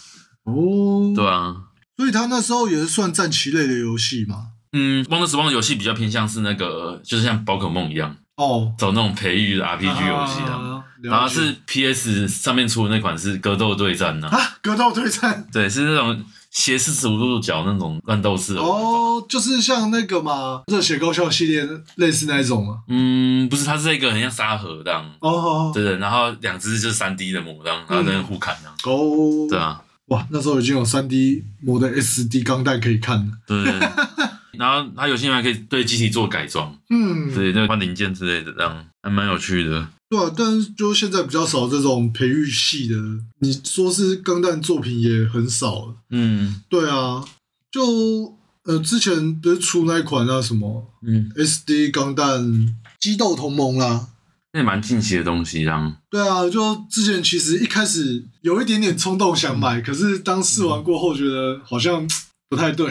Speaker 2: 哦，
Speaker 3: 对啊。
Speaker 2: 所以他那时候也是算战棋类的游戏嘛。
Speaker 3: 嗯，Wonder s w a n 的游戏比较偏向是那个，就是像宝可梦一样，
Speaker 2: 哦
Speaker 3: 走那种培育的 RPG 游戏啊。
Speaker 2: 啊，
Speaker 3: 然后
Speaker 2: 了解
Speaker 3: 是 PS 上面出的那款是格斗对战呢、啊，
Speaker 2: 啊，格斗对战。
Speaker 3: 对，是那种斜四十五度角那种乱斗式的玩法。
Speaker 2: 哦，就是像那个嘛，热血高校系列类似那一种嘛。
Speaker 3: 嗯，不是，它是一个很像沙盒这样，
Speaker 2: 哦哦
Speaker 3: 对对，然后两只就是三 D 的模这样，然后在那互砍这样，
Speaker 2: 哦，哦
Speaker 3: 对，啊，
Speaker 2: 哇，那时候已经有三 D 模的 SD 钢弹可以看了。
Speaker 3: 对 对对。然后它有些还可以对机体做改装，
Speaker 2: 嗯，
Speaker 3: 对，就换零件之类的，这样还蛮有趣的。
Speaker 2: 对啊，但是就现在比较少这种培育系的，你说是钢弹作品也很少了。
Speaker 3: 嗯
Speaker 2: 对啊，就呃之前不是出那一款那什么
Speaker 3: 嗯，
Speaker 2: SD 钢弹激斗同盟啦。
Speaker 3: 那也蛮近期的东西，这样。
Speaker 2: 对啊，就之前其实一开始有一点点冲动想买，可是当试完过后，觉得好像不太对。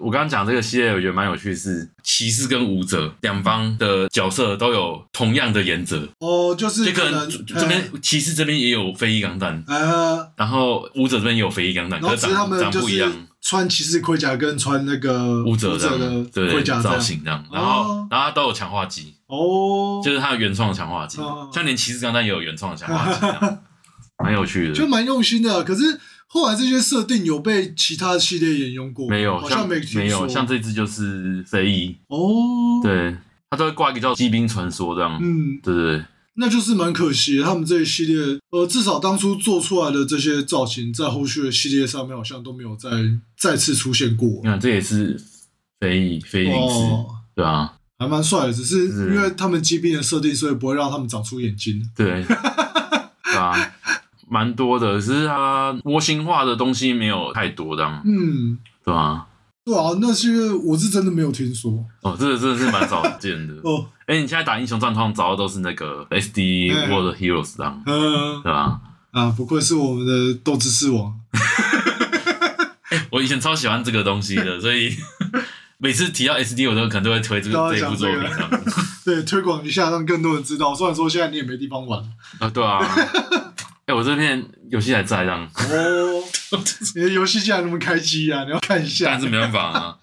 Speaker 3: 我刚刚讲这个系列，我觉得蛮有趣的是，骑士跟武者两方的角色都有同样的原则，
Speaker 2: 哦，就是
Speaker 3: 就可
Speaker 2: 可
Speaker 3: 能
Speaker 2: 能哎
Speaker 3: 这这边骑士这边也有飞翼钢弹，
Speaker 2: 呃，呃
Speaker 3: 然后武者这边也有飞翼钢弹，
Speaker 2: 然后
Speaker 3: 可
Speaker 2: 哦只
Speaker 3: 是
Speaker 2: 是他
Speaker 3: 长
Speaker 2: 们
Speaker 3: 长
Speaker 2: 就
Speaker 3: 不一
Speaker 2: 是
Speaker 3: 样。
Speaker 2: 穿骑士盔甲跟穿那个
Speaker 3: 武者这
Speaker 2: 的
Speaker 3: 样，对
Speaker 2: 盔甲这
Speaker 3: 造
Speaker 2: 样。
Speaker 3: 型这样，然后
Speaker 2: 哦
Speaker 3: 然后它都有强化机，
Speaker 2: 哦，
Speaker 3: 就是它有原创的强化机
Speaker 2: 哦，
Speaker 3: 像连骑士钢弹也有原创的强化机这样，蛮有趣
Speaker 2: 就
Speaker 3: 的。
Speaker 2: 蛮用心的。可是后来这些设定有被其他系列沿用过吗，
Speaker 3: 没有
Speaker 2: 好
Speaker 3: 像
Speaker 2: 像没听说
Speaker 3: 没有像这只就是飞翼，
Speaker 2: 哦，，
Speaker 3: 对，它都会挂一个叫机兵传说这样，
Speaker 2: 嗯，
Speaker 3: 对对对。
Speaker 2: 那就是蛮可惜的。他们这一系列，呃，至少当初做出来的这些造型，在后续的系列上面好像都没有再再次出现过
Speaker 3: 你。看，这也是非议非零式，
Speaker 2: 哦，
Speaker 3: 对啊，
Speaker 2: 还蛮帅的，只是
Speaker 3: 是
Speaker 2: 因为他们疾病的设定，所以不会让他们长出眼睛。
Speaker 3: 对，对啊，蛮多的，只是它窝心化的东西没有太多这样，
Speaker 2: 嗯，
Speaker 3: 对啊，
Speaker 2: 对啊，那是因为我是真的没有听说
Speaker 3: 哦，这个真的是蛮少见的。
Speaker 2: 哦，
Speaker 3: 哎、你现在打英雄战，通常找到都是那个 SD
Speaker 2: 嗯
Speaker 3: World Heroes 这样，
Speaker 2: 嗯、
Speaker 3: 对吧？
Speaker 2: 啊，不愧是我们的斗智士王。
Speaker 3: 我以前超喜欢这个东西的，所以 每次提到 SD，我都可能都会推这
Speaker 2: 都
Speaker 3: 个
Speaker 2: 要
Speaker 3: 这一部
Speaker 2: 讲这
Speaker 3: 作
Speaker 2: 个
Speaker 3: 品这样。
Speaker 2: 对，推广一下，让更多人知道。虽然说现在你也没地方玩
Speaker 3: 啊，对啊。哎、我这片游戏还在这样，
Speaker 2: 哦，你的 游戏竟然那么开机啊！你要看一下
Speaker 3: 但是没办法啊。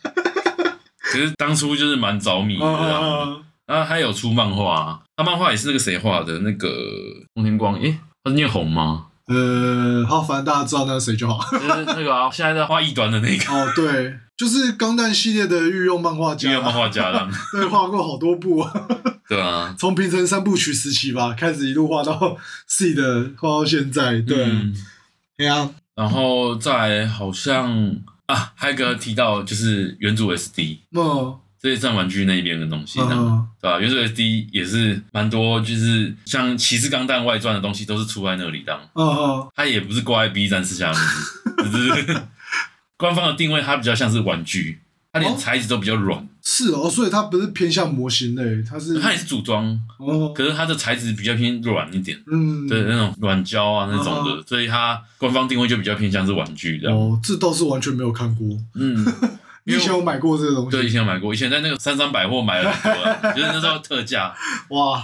Speaker 3: 可是当初就是蛮着迷的
Speaker 2: 啊
Speaker 3: 这
Speaker 2: 啊
Speaker 3: 样。
Speaker 2: 啊
Speaker 3: 啊，还有出漫画、啊，他、漫画也是那个谁画的？那个宫天光，诶、他是念红吗？
Speaker 2: 呃，好，反正大家知道那是谁就好。
Speaker 3: 就是那个啊，现在在画异端的那个
Speaker 2: 哦，对，就是钢弹系列的御用漫画
Speaker 3: 音乐
Speaker 2: 家
Speaker 3: 漫，画家啦，
Speaker 2: 对，画过好多部，
Speaker 3: 对啊，
Speaker 2: 从平成三部曲时期吧，开始一路画到 C 的，画到现在。 对，
Speaker 3: 嗯
Speaker 2: 哎呀，
Speaker 3: 然后再来好像啊，还有一个提到就是原主 SD
Speaker 2: 那
Speaker 3: 这些占玩具那边的东西，这样
Speaker 2: 嗯，
Speaker 3: 对吧、啊原主 SD 也是蛮多，就是像《骑士钢弹外传》的东西都是出在那里当，
Speaker 2: 嗯嗯，
Speaker 3: 它也不是挂在 B 站之下面， 只是官方的定位，它比较像是玩具，它连
Speaker 2: 哦
Speaker 3: 材质都比较软。
Speaker 2: 是哦，所以它不是偏向模型类，它是
Speaker 3: 它也是组装，
Speaker 2: 哦，
Speaker 3: 可是它的材质比较偏软一点，
Speaker 2: 嗯，
Speaker 3: 对，那种软胶啊那种
Speaker 2: 嗯哦
Speaker 3: 的，所以它官方定位就比较偏向是玩具这样。
Speaker 2: 哦，这倒是完全没有看过。
Speaker 3: 嗯，
Speaker 2: 你以前有买过这个东
Speaker 3: 对，以
Speaker 2: 西？
Speaker 3: 前有买过，以前在那个三三百货买了很多，啊就是那时候特价。
Speaker 2: 哇，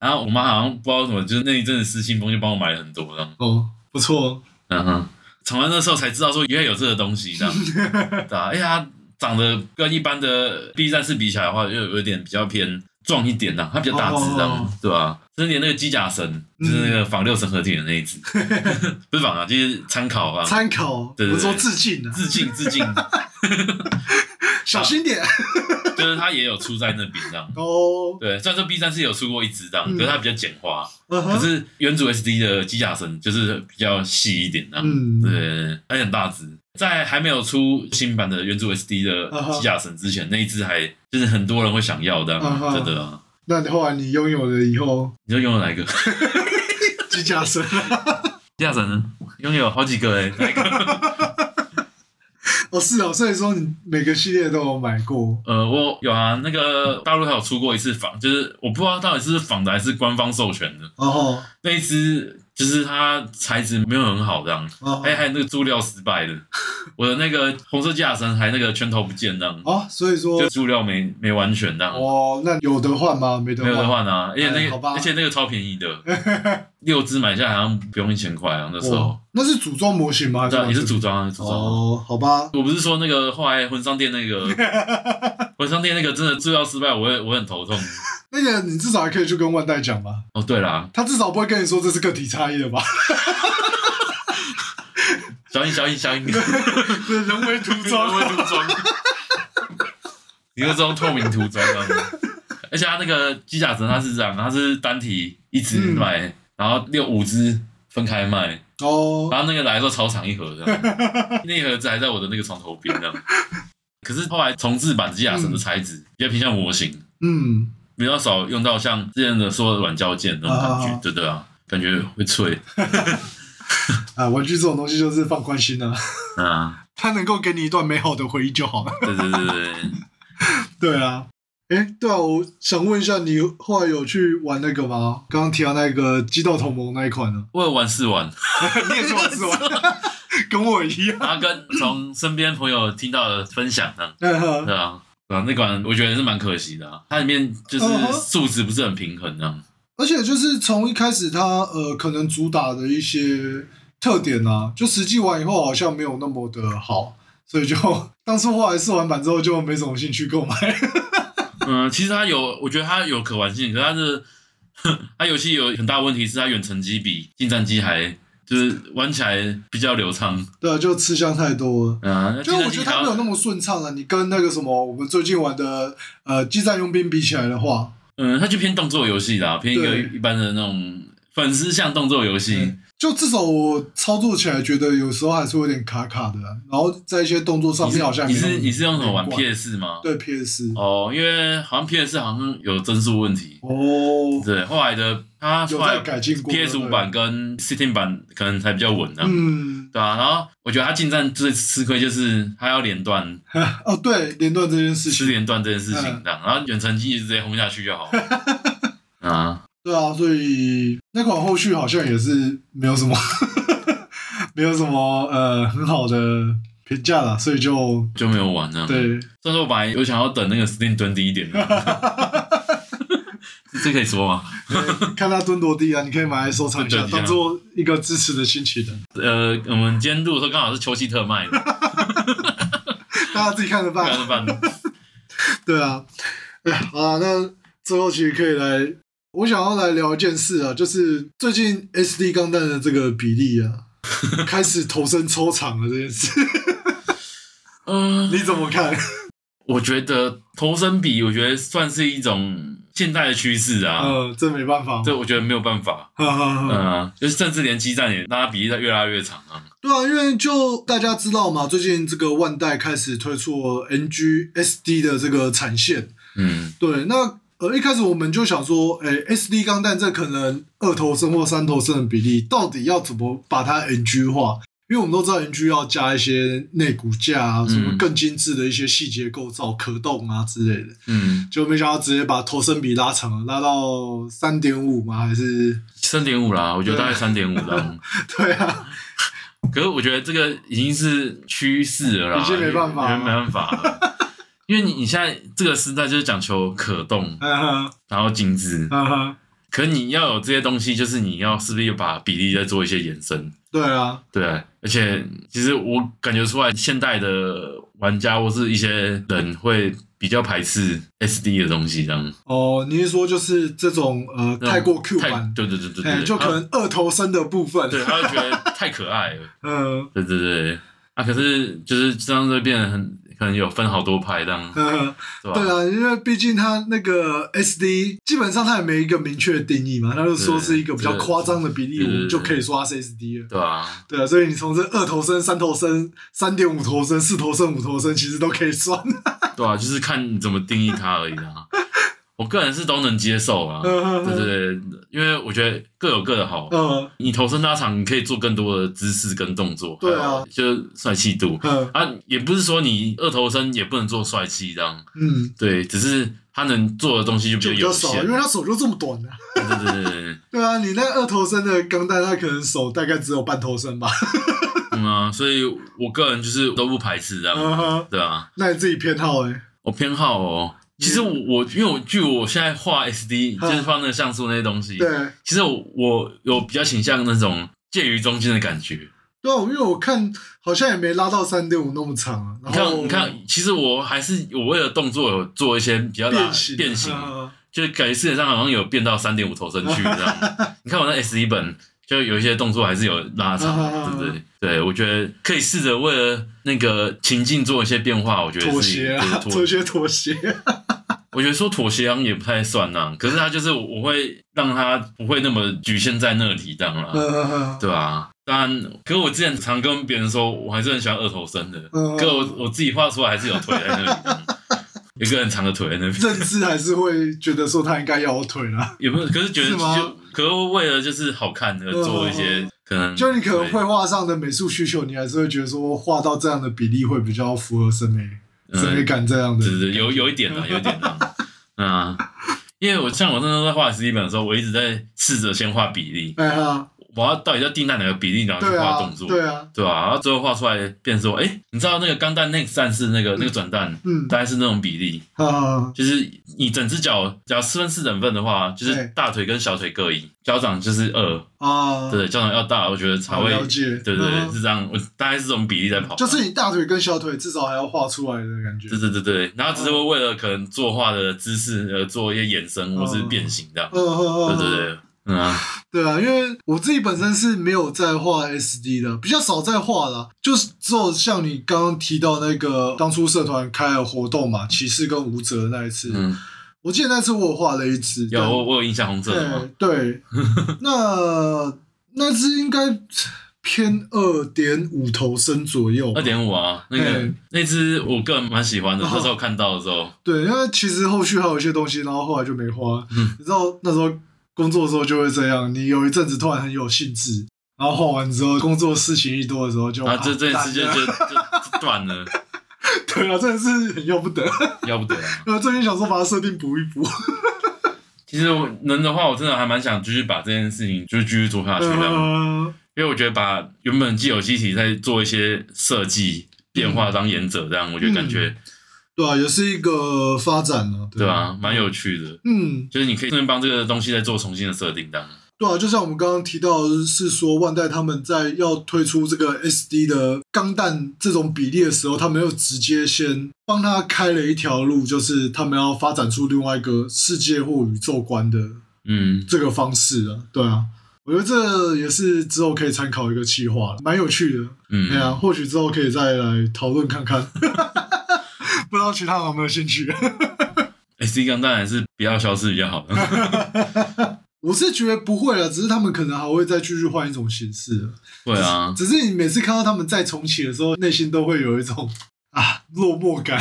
Speaker 3: 然后我妈好像不知道为什么，就是那一阵子失心疯，就帮我买了很多这样。
Speaker 2: 哦，不错，
Speaker 3: 嗯哼，从那时候才知道说原来有这个东西这 样。对啊，而且它长得跟一般的 B 战士比起来的话，又有点比较偏壮一点呐，它比较大只这样，
Speaker 2: 哦嗯
Speaker 3: 对吧、啊？甚至连那个机甲神，就是那个仿六神合体的那 一只，不是仿啊，就是参考啊，
Speaker 2: 参考，
Speaker 3: 对对对
Speaker 2: 我说致敬啊，
Speaker 3: 致敬致 敬，
Speaker 2: 小心
Speaker 3: 啊
Speaker 2: 点
Speaker 3: 就是它也有出在那边这样。
Speaker 2: 哦。
Speaker 3: 对，虽然说 B 站是有出过一只这样，
Speaker 2: 嗯
Speaker 3: 可是它比较简化。
Speaker 2: 嗯
Speaker 3: 可
Speaker 2: 哼，
Speaker 3: 是原主 SD 的机甲神就是比较细一点啊，
Speaker 2: 嗯
Speaker 3: 对，而且很大只。在还没有出新版的原主 SD
Speaker 2: 啊哈
Speaker 3: 的机甲神之前，那一只还就是很多人会想要的
Speaker 2: 啊
Speaker 3: 啊，
Speaker 2: 哈
Speaker 3: 真的啊。
Speaker 2: 那后来你拥有了以后，
Speaker 3: 你说拥有哪一个 机
Speaker 2: 机甲神，
Speaker 3: 甲神呢？拥有好几 个哎、哪一个？
Speaker 2: 哦是哦，所以说你每个系列都有买过，
Speaker 3: 呃，我有啊，那个大陆还有出过一次仿，就是我不知道到底是仿的还是官方授权的
Speaker 2: 哦
Speaker 3: 那一只，就是它材质没有很好这样。
Speaker 2: 哦
Speaker 3: 还还有那个注料失败的，我的那个红色架绳还那个拳头不见这样，
Speaker 2: 哦，所以说
Speaker 3: 就注料没没完全这样，
Speaker 2: 哦，那有的换吗？没得
Speaker 3: 没有的
Speaker 2: 换，
Speaker 3: 换啊，而且那
Speaker 2: 哎好
Speaker 3: 个
Speaker 2: 吧
Speaker 3: 而且那个超便宜的，六只买下来好像不用一千块啊，那时候
Speaker 2: 哇，哦那是组装模型吗？还
Speaker 3: 对啊，也是组
Speaker 2: 装
Speaker 3: 装啊，组装。
Speaker 2: 哦，好吧，
Speaker 3: 我不是说那个后来婚丧店 那个婚丧店那个真的注料失败，我也我很头痛。
Speaker 2: 那个你至少还可以去跟万代讲吧，
Speaker 3: 哦，对啦，
Speaker 2: 他至少不会跟你说这是个体差异的 吧？
Speaker 3: 小心小心小心，你
Speaker 2: 人为涂 装，
Speaker 3: 会涂装，你会装透明涂装这样子。而且它那个机甲神它是这样，它是单体一只
Speaker 2: 嗯
Speaker 3: 卖，然后六五只分开卖，
Speaker 2: 哦，
Speaker 3: 然后那个来的时候超长一盒这样，那一盒子还在我的那个床头边这样。可是后来重置版机甲神的材质比较偏向模型，
Speaker 2: 嗯，
Speaker 3: 比较少用到像之前的说的软胶件那种感
Speaker 2: 啊
Speaker 3: 觉，对对啊，感觉会脆
Speaker 2: 啊，玩具这种东西就是放宽心 啊，
Speaker 3: 啊，
Speaker 2: 它能够给你一段美好的回忆就好了。
Speaker 3: 对对对对对。？
Speaker 2: 对啊，哎，对啊，我想问一下，你后来有去玩那个吗？刚刚提到那个《激斗同盟》那一款呢
Speaker 3: 我有玩试玩，
Speaker 2: 你也是玩是玩， 跟我一样。
Speaker 3: 然后跟从身边朋友听到的分享这样。
Speaker 2: 嗯
Speaker 3: 对啊，对啊，那款我觉得是蛮可惜的、啊，它里面就是
Speaker 2: 嗯哼
Speaker 3: 数值不是很平衡这样。
Speaker 2: 而且就是从一开始它呃，可能主打的一些特点啊，就实际玩以后好像没有那么的好，所以就 当初后来试玩版之后就没什么兴趣购买。
Speaker 3: 嗯，其实它有，我觉得它有可玩性，可是它是它游戏有很大问题是它远程机比近战机还就是玩起来比较流畅。
Speaker 2: 对啊，就吃香太多了。
Speaker 3: 嗯、啊，那
Speaker 2: 就
Speaker 3: 近
Speaker 2: 我
Speaker 3: 战
Speaker 2: 觉得
Speaker 3: 机还
Speaker 2: 它没有那
Speaker 3: 要
Speaker 2: 么顺畅啊了。你跟那个什么我们最近玩的呃《激战佣兵》比起来的话，
Speaker 3: 嗯，它就偏动作游戏啦，偏一个
Speaker 2: 对
Speaker 3: 一般的那种粉丝向动作游戏。
Speaker 2: 嗯就至少我操作起来觉得有时候还是会有点卡卡的啊、然后在一些动作上
Speaker 3: 你
Speaker 2: 面好
Speaker 3: 是
Speaker 2: 像
Speaker 3: 你
Speaker 2: 也没
Speaker 3: 是
Speaker 2: 有
Speaker 3: 你是用什么玩
Speaker 2: 连贯
Speaker 3: PS 吗？
Speaker 2: 对 PS
Speaker 3: 哦，因为好像 PS 好像有帧数问题。
Speaker 2: 哦，
Speaker 3: 对，后来的它
Speaker 2: 有
Speaker 3: 后来
Speaker 2: 在改进过对
Speaker 3: PS
Speaker 2: 不
Speaker 3: 五
Speaker 2: 对
Speaker 3: 版跟 Steam 版可能才比较稳呢、
Speaker 2: 嗯
Speaker 3: 对啊，然后我觉得它进站最吃亏就是它要连段
Speaker 2: 哦对连段这件事
Speaker 3: 吃
Speaker 2: 情，
Speaker 3: 连段这件事情
Speaker 2: 嗯
Speaker 3: 这样，然后远程机直接轰下去就好了。啊，
Speaker 2: 对啊，所以那款后续好像也是没有什么 没有什么呃很好的评价啦，所以就
Speaker 3: 就没有玩了。，
Speaker 2: 对
Speaker 3: 虽然说我本来有想要等那个 Steam 蹲低一点，这可以说吗？
Speaker 2: 对 看他蹲多低啊，你可以买来收藏一下，
Speaker 3: 蹲多低啊
Speaker 2: 当做一个支持的心情的，
Speaker 3: 呃，我们今天录的时候刚好是秋季特卖，
Speaker 2: 大家自己看着
Speaker 3: 刚
Speaker 2: 办。
Speaker 3: 刚办。
Speaker 2: 对啊，哎呀，好啊，那最后其实可以来，我想要来聊一件事啊，就是最近 SD 钢弹的这个比例啊，开始投身抽场了这件事，
Speaker 3: 嗯，
Speaker 2: 你怎么看？
Speaker 3: 我觉得投身比，我觉得算是一种现代的趋势啊。
Speaker 2: 呃，这没办法，
Speaker 3: 这我觉得没有办法。
Speaker 2: 哈哈哈。
Speaker 3: 嗯，就是甚至连基站也拉比例在越拉越长啊。
Speaker 2: 对啊，因为就大家知道嘛，最近这个万代开始推出 NG SD 的这个产线。
Speaker 3: 嗯，
Speaker 2: 对，那呃一开始我们就想说，哎、s d 钢弹这可能二头身或三头身的比例，到底要怎么把它 NG 化？因为我们都知道 NG 要加一些内骨架啊，什么
Speaker 3: 嗯
Speaker 2: 更精致的一些细节构造、可动啊之类的，
Speaker 3: 嗯，
Speaker 2: 就没想到直接把头身比拉长了，拉到三点五吗？还是
Speaker 3: 三点五啦，我觉得大概三点五啦。
Speaker 2: 对啊，
Speaker 3: 可是我觉得这个已经是趋势了啦，
Speaker 2: 已经没办法了
Speaker 3: 已经没办法了。因为你你现在这个时代就是讲求可动，
Speaker 2: 嗯哼，
Speaker 3: 然后精致，
Speaker 2: 嗯哼，
Speaker 3: 可你要有这些东西，就是你要是不是又把比例再做一些延伸？
Speaker 2: 对啊，
Speaker 3: 对，而且其实我感觉出来，现代的玩家或是一些人会比较排斥 SD 的东西，这样
Speaker 2: 哦，你是说就是这种呃
Speaker 3: 那种
Speaker 2: 太过 Q
Speaker 3: 太
Speaker 2: 版，
Speaker 3: 对对对对
Speaker 2: 哎，
Speaker 3: 对，
Speaker 2: 就可能二头身的部分
Speaker 3: 他，对，他会觉得太可爱了，
Speaker 2: 嗯
Speaker 3: 对对对，啊，可是就是这样就变得很可能有分好多派这样，
Speaker 2: 嗯哼。
Speaker 3: 是吧？
Speaker 2: 对啊，因为毕竟它那个 SD 基本上它也没一个明确的定义嘛，它就说是一个比较夸张的比例，
Speaker 3: 对
Speaker 2: 我
Speaker 3: 对
Speaker 2: 们就可以说它是 SD 了。
Speaker 3: 对啊，
Speaker 2: 对啊，所以你从这二头身、三头身、三点五头身、四头身、五头身，其实都可以算。
Speaker 3: 对啊，就是看你怎么定义它而已啊。 我个人是都能接受啊， 对
Speaker 2: 嗯
Speaker 3: 对对，因为我觉得各有各的好，
Speaker 2: 嗯
Speaker 3: 你头身拉长，你可以做更多的姿势跟动作，
Speaker 2: 对啊
Speaker 3: 还有就是帅气度
Speaker 2: 嗯
Speaker 3: 啊，也不是说你二头身也不能做帅气这样，
Speaker 2: 嗯，
Speaker 3: 对，只是他能做的东西就比
Speaker 2: 就
Speaker 3: 较
Speaker 2: 比
Speaker 3: 有
Speaker 2: 较少，
Speaker 3: 限，
Speaker 2: 因为它手就这么短啊。
Speaker 3: 对对对对对，
Speaker 2: 对啊，你那二头身的钢弹，它可能手大概只有半头身 吧。
Speaker 3: 嗯啊，所以我个人就是都不排斥这样，
Speaker 2: 嗯哼，
Speaker 3: 对啊，
Speaker 2: 那你自己偏好哎、
Speaker 3: 我偏好哦。其实我我因为我据我现在画 SD
Speaker 2: 嗯
Speaker 3: 就是画那个像素那些东西，
Speaker 2: 对，
Speaker 3: 其实我我有比较倾向那种介于中间的感觉。
Speaker 2: 对啊，因为我看好像也没拉到三点五那么长啊。
Speaker 3: 你
Speaker 2: 然后
Speaker 3: 看，你看，其实我还是我为了动作有做一些比较大
Speaker 2: 变形
Speaker 3: 变形，
Speaker 2: 嗯
Speaker 3: 就是感觉视觉上好像有变到三点五头身去这 样。你看我那 S 一本，就有一些动作还是有拉长，
Speaker 2: 啊
Speaker 3: 对不对？对，我觉得可以试着为了那个情境做一些变化，我觉得是
Speaker 2: 妥协啊，
Speaker 3: 对
Speaker 2: 做
Speaker 3: 妥
Speaker 2: 一些妥协。
Speaker 3: 我觉得说妥协好像也不太算呐、可是他就是我我会让他不会那么局限在那里，这样啦、
Speaker 2: 嗯
Speaker 3: 对啊，当然，可是我之前常跟别人说，我还是很喜欢二头身的，
Speaker 2: 嗯
Speaker 3: 可我我自己画出来还是有腿在那里的， 有一个很长的腿在那边。
Speaker 2: 认知还是会觉得说他应该要我腿啦，
Speaker 3: 有没有？可是觉得
Speaker 2: 是吗嗯
Speaker 3: 就，可是为了就是好看而做一些可能，
Speaker 2: 就你可能会画上的美术需求，你还是会觉得说画到这样的比例会比较符合审美
Speaker 3: 嗯
Speaker 2: 审美感这样的
Speaker 3: 对，对对，有有一点啊，有一点啊，嗯啊，因为我像我那时候在画十一本的时候，我一直在试着先画比例，
Speaker 2: 哎呀，
Speaker 3: 我要到底要定在哪个比例，然后去
Speaker 2: 对
Speaker 3: 画
Speaker 2: 啊
Speaker 3: 动，作，
Speaker 2: 对啊，
Speaker 3: 对啊，然后最后画出来变成说，哎、你知道那个钢弹那个战士那个那个转弹，
Speaker 2: 嗯
Speaker 3: 大概是那种比例，
Speaker 2: 啊，
Speaker 3: 就是你整只脚，只要四分四等份的话，就是
Speaker 2: 对
Speaker 3: 大腿跟小腿各一，脚掌就是二，
Speaker 2: 啊，
Speaker 3: 对，脚掌要大，我觉得才
Speaker 2: 好
Speaker 3: 会，
Speaker 2: 了解，
Speaker 3: 对对对，
Speaker 2: 嗯
Speaker 3: 是这样，我大概是这种比例在跑，啊
Speaker 2: 就是你大腿跟小腿至少还要画出来的感觉
Speaker 3: 对，对对对，然后只是
Speaker 2: 哦
Speaker 3: 会为了可能作画的姿势而做一些衍生或是变形这样，
Speaker 2: 嗯
Speaker 3: 对
Speaker 2: 嗯
Speaker 3: 对
Speaker 2: 嗯，
Speaker 3: 对，嗯啊，
Speaker 2: 对啊，因为我自己本身是没有在画 SD 的，比较少在画啦，就是只有像你刚刚提到那个当初社团开了活动嘛，骑士跟舞者那一次，
Speaker 3: 嗯，
Speaker 2: 我记得那次我有画了一只，
Speaker 3: 有我我有印象红色
Speaker 2: 对
Speaker 3: 的吗？
Speaker 2: 对，那那只应该偏二点五头身左右吧
Speaker 3: 二。点五啊，那个
Speaker 2: 嗯
Speaker 3: 那只我个人蛮喜欢的，
Speaker 2: 哦
Speaker 3: 那时候看到的时候，
Speaker 2: 对，因为其实后续还有一些东西，然后后来就没画。
Speaker 3: 嗯
Speaker 2: 你知道那时候工作的时候就会这样，你有一阵子突然很有兴致，然后画完之后，工作事情一多的时候就
Speaker 3: 然后啊这这件事就
Speaker 2: 淡了
Speaker 3: 就就就断了，
Speaker 2: 对啊，真的是很要不得。
Speaker 3: 要不得啊。
Speaker 2: 然后最近想说把它设定补一补，
Speaker 3: 其实我能的话，我真的还蛮想继续把这件事情就是继续做下去这样，
Speaker 2: 嗯
Speaker 3: 因为我觉得把原本既有机体再做一些设计变化当演者这样，我觉得
Speaker 2: 嗯
Speaker 3: 感觉
Speaker 2: 对啊，也是一个发展啊，
Speaker 3: 对吧，蛮有趣的。
Speaker 2: 嗯，
Speaker 3: 就是你可以顺便帮这个东西再做重新的设定，这样。
Speaker 2: 对啊，就像我们刚刚提到，是说万代他们在要推出这个 SD 的钢弹这种比例的时候，他们又直接先帮他开了一条路，就是他们要发展出另外一个世界或宇宙观的
Speaker 3: 嗯，
Speaker 2: 这个方式啊。对啊，我觉得这也是之后可以参考一个企划，蛮有趣的。
Speaker 3: 嗯
Speaker 2: 对啊，或许之后可以再来讨论看看。 不知道其他人有没有兴趣？
Speaker 3: ，SD 钢弹还是不要消失比较好。
Speaker 2: 嗯我是觉得不会了，只是他们可能还会再继续换一种形式啊。
Speaker 3: 对啊，
Speaker 2: 只是你每次看到他们再重启的时候，内心都会有一种 啊落寞 感。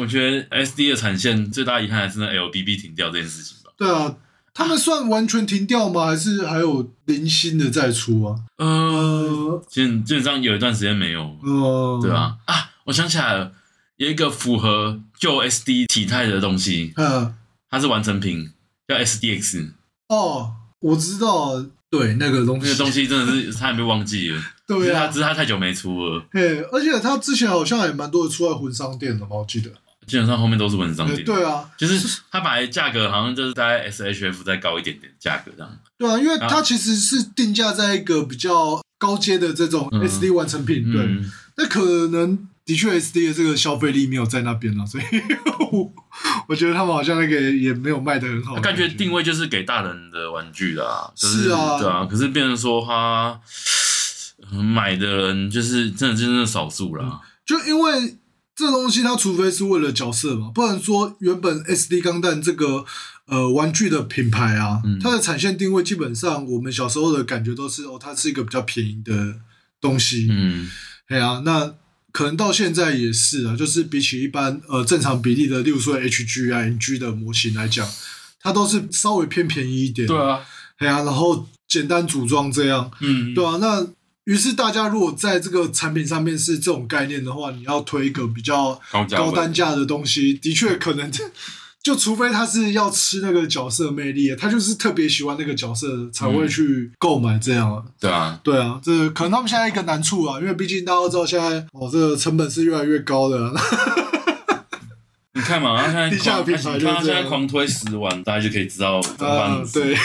Speaker 3: 我觉得 SD 的产线最大遗憾还是那 LBB 停掉这件事情吧。
Speaker 2: 对啊，他们算完全停掉吗？还是还有零星的再出啊？
Speaker 3: 嗯，
Speaker 2: 呃
Speaker 3: 基本基本上有一段时间没有，
Speaker 2: 呃，
Speaker 3: 对，啊啊，我想起来了，有一个符合旧 SD 体态的东西，
Speaker 2: 嗯，
Speaker 3: 它是完成品，叫 SDX。
Speaker 2: 哦，我知道，对那个东
Speaker 3: 那个
Speaker 2: 西，
Speaker 3: 东西真 的是差点被忘记了，只
Speaker 2: 对
Speaker 3: 是他
Speaker 2: 啊
Speaker 3: 只，是他太久没出了，
Speaker 2: 嘿，而且他之前好像也蛮多的出在婚商店的嘛，我记得。
Speaker 3: 基本上后面都是文商
Speaker 2: 对
Speaker 3: 店，
Speaker 2: 对啊，
Speaker 3: 就是他本来价格好像就是在 SHF 再高一点点价格这样，
Speaker 2: 对啊，因为
Speaker 3: 啊
Speaker 2: 它其实是定价在一个比较高阶的这种
Speaker 3: 嗯
Speaker 2: SD 完成品，对，
Speaker 3: 嗯，
Speaker 2: 那可能的确 SD 的这个消费力没有在那边啊了，所以我我觉得他们好像那个也没有卖的很好的感
Speaker 3: 感觉定位就是给大人的玩具啦，就是
Speaker 2: 是啊
Speaker 3: 对啊，可是变成说他嗯买的人就是真的真的少数啦，
Speaker 2: 就因为这东西它除非是为了角色嘛，不然说原本 SD 钢弹这个呃玩具的品牌啊，
Speaker 3: 嗯
Speaker 2: 它的产线定位基本上我们小时候的感觉都是哦，它是一个比较便宜的东西，
Speaker 3: 嗯，
Speaker 2: 对啊，那可能到现在也是啊，就是比起一般呃正常比例的六岁 HG 啊 NG 的模型来讲，它都是稍微偏便宜一点。
Speaker 3: 对，啊，
Speaker 2: 哎呀、然后简单组装这样，
Speaker 3: 嗯，
Speaker 2: 对啊，那。于是大家如果在这个产品上面是这种概念的话，你要推一个比较
Speaker 3: 高价位
Speaker 2: 高单价的东西，的确可能 就除非他是要吃那个角色魅力，他就是特别喜欢那个角色才会
Speaker 3: 嗯
Speaker 2: 去购买这样啊。
Speaker 3: 对啊，
Speaker 2: 对啊，这可能他们现在一个难处啊，因为毕竟大家都知道现在哦，这个成本是越来越高的。
Speaker 3: 你看嘛，他现在
Speaker 2: 地下
Speaker 3: 狂
Speaker 2: 品牌
Speaker 3: 你
Speaker 2: 就是
Speaker 3: 看他现
Speaker 2: 这
Speaker 3: 在
Speaker 2: 样
Speaker 3: 狂推十万，大家就可以知道怎么
Speaker 2: 嗯
Speaker 3: 办，。
Speaker 2: 对，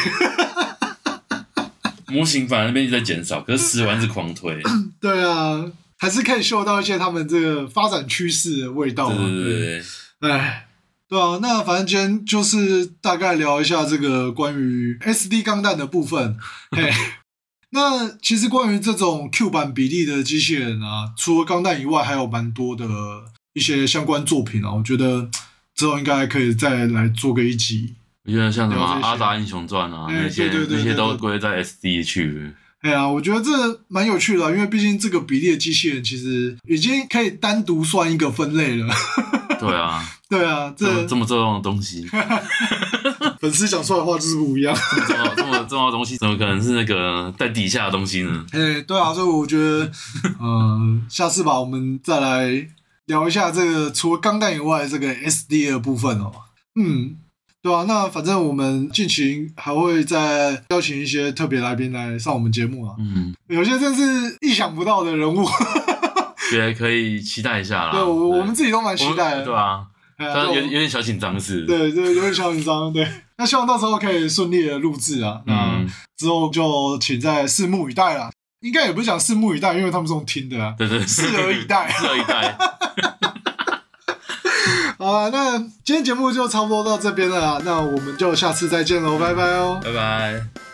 Speaker 3: 模型反而那边一直在减少，可是十万是 狂推，
Speaker 2: 对啊，还是可以嗅到一些他们这个发展趋势的味道
Speaker 3: 对
Speaker 2: 啊。
Speaker 3: 对对对，
Speaker 2: 对，哎，对啊，那反正今天就是大概聊一下这个关于 SD 钢弹的部分。嘿，那其实关于这种 Q 版比例的机器人啊，除了钢弹以外，还有蛮多的一些相关作品啊，我觉得之后应该可以再来做个一集。
Speaker 3: 我觉得像什么
Speaker 2: 聊这
Speaker 3: 《
Speaker 2: 些
Speaker 3: 阿达英雄传》啊，
Speaker 2: 哎
Speaker 3: 那些
Speaker 2: 对对对
Speaker 3: 那些
Speaker 2: 对
Speaker 3: 都
Speaker 2: 对
Speaker 3: 归在 SD 去。
Speaker 2: 哎呀，我觉得这蛮有趣的啊、因为毕竟这个比例的机器人其实已经可以单独算一个分类了。
Speaker 3: 对啊，
Speaker 2: 对啊，
Speaker 3: 这么
Speaker 2: 这
Speaker 3: 这么重要的 东西，这
Speaker 2: 粉丝讲出来的话就是不一样。
Speaker 3: 么重要这么重要的东西，怎么可能是那个在底下的东西呢？
Speaker 2: 哎，对啊，所以我觉得，呃，下次吧，我们再来聊一下这个除了钢弹以外，这个 SD 的部分哦。嗯，对啊，那反正我们近期还会再邀请一些特别来宾来上我们节目啊，
Speaker 3: 嗯，
Speaker 2: 有些真是意想不到的人物，
Speaker 3: 也可以期待一下啦。
Speaker 2: 对我我们自己都蛮
Speaker 3: 我
Speaker 2: 期待的。
Speaker 3: 对啊，
Speaker 2: 哎呀
Speaker 3: 但
Speaker 2: 对
Speaker 3: 有
Speaker 2: 我
Speaker 3: 有点小紧张是。
Speaker 2: 对对，有点小紧张。对，那希望到时候可以顺利的录制啊。那
Speaker 3: 嗯，
Speaker 2: 之后就请再拭目以待啦。应该也不是讲拭目以待，因为他们是用听的啊。
Speaker 3: 对 对，
Speaker 2: 拭而以 待
Speaker 3: 拭而以待。
Speaker 2: 好了，那啊今天节目就差不多到这边了啊。那我们就下次再见喽，拜拜哦。
Speaker 3: 拜拜。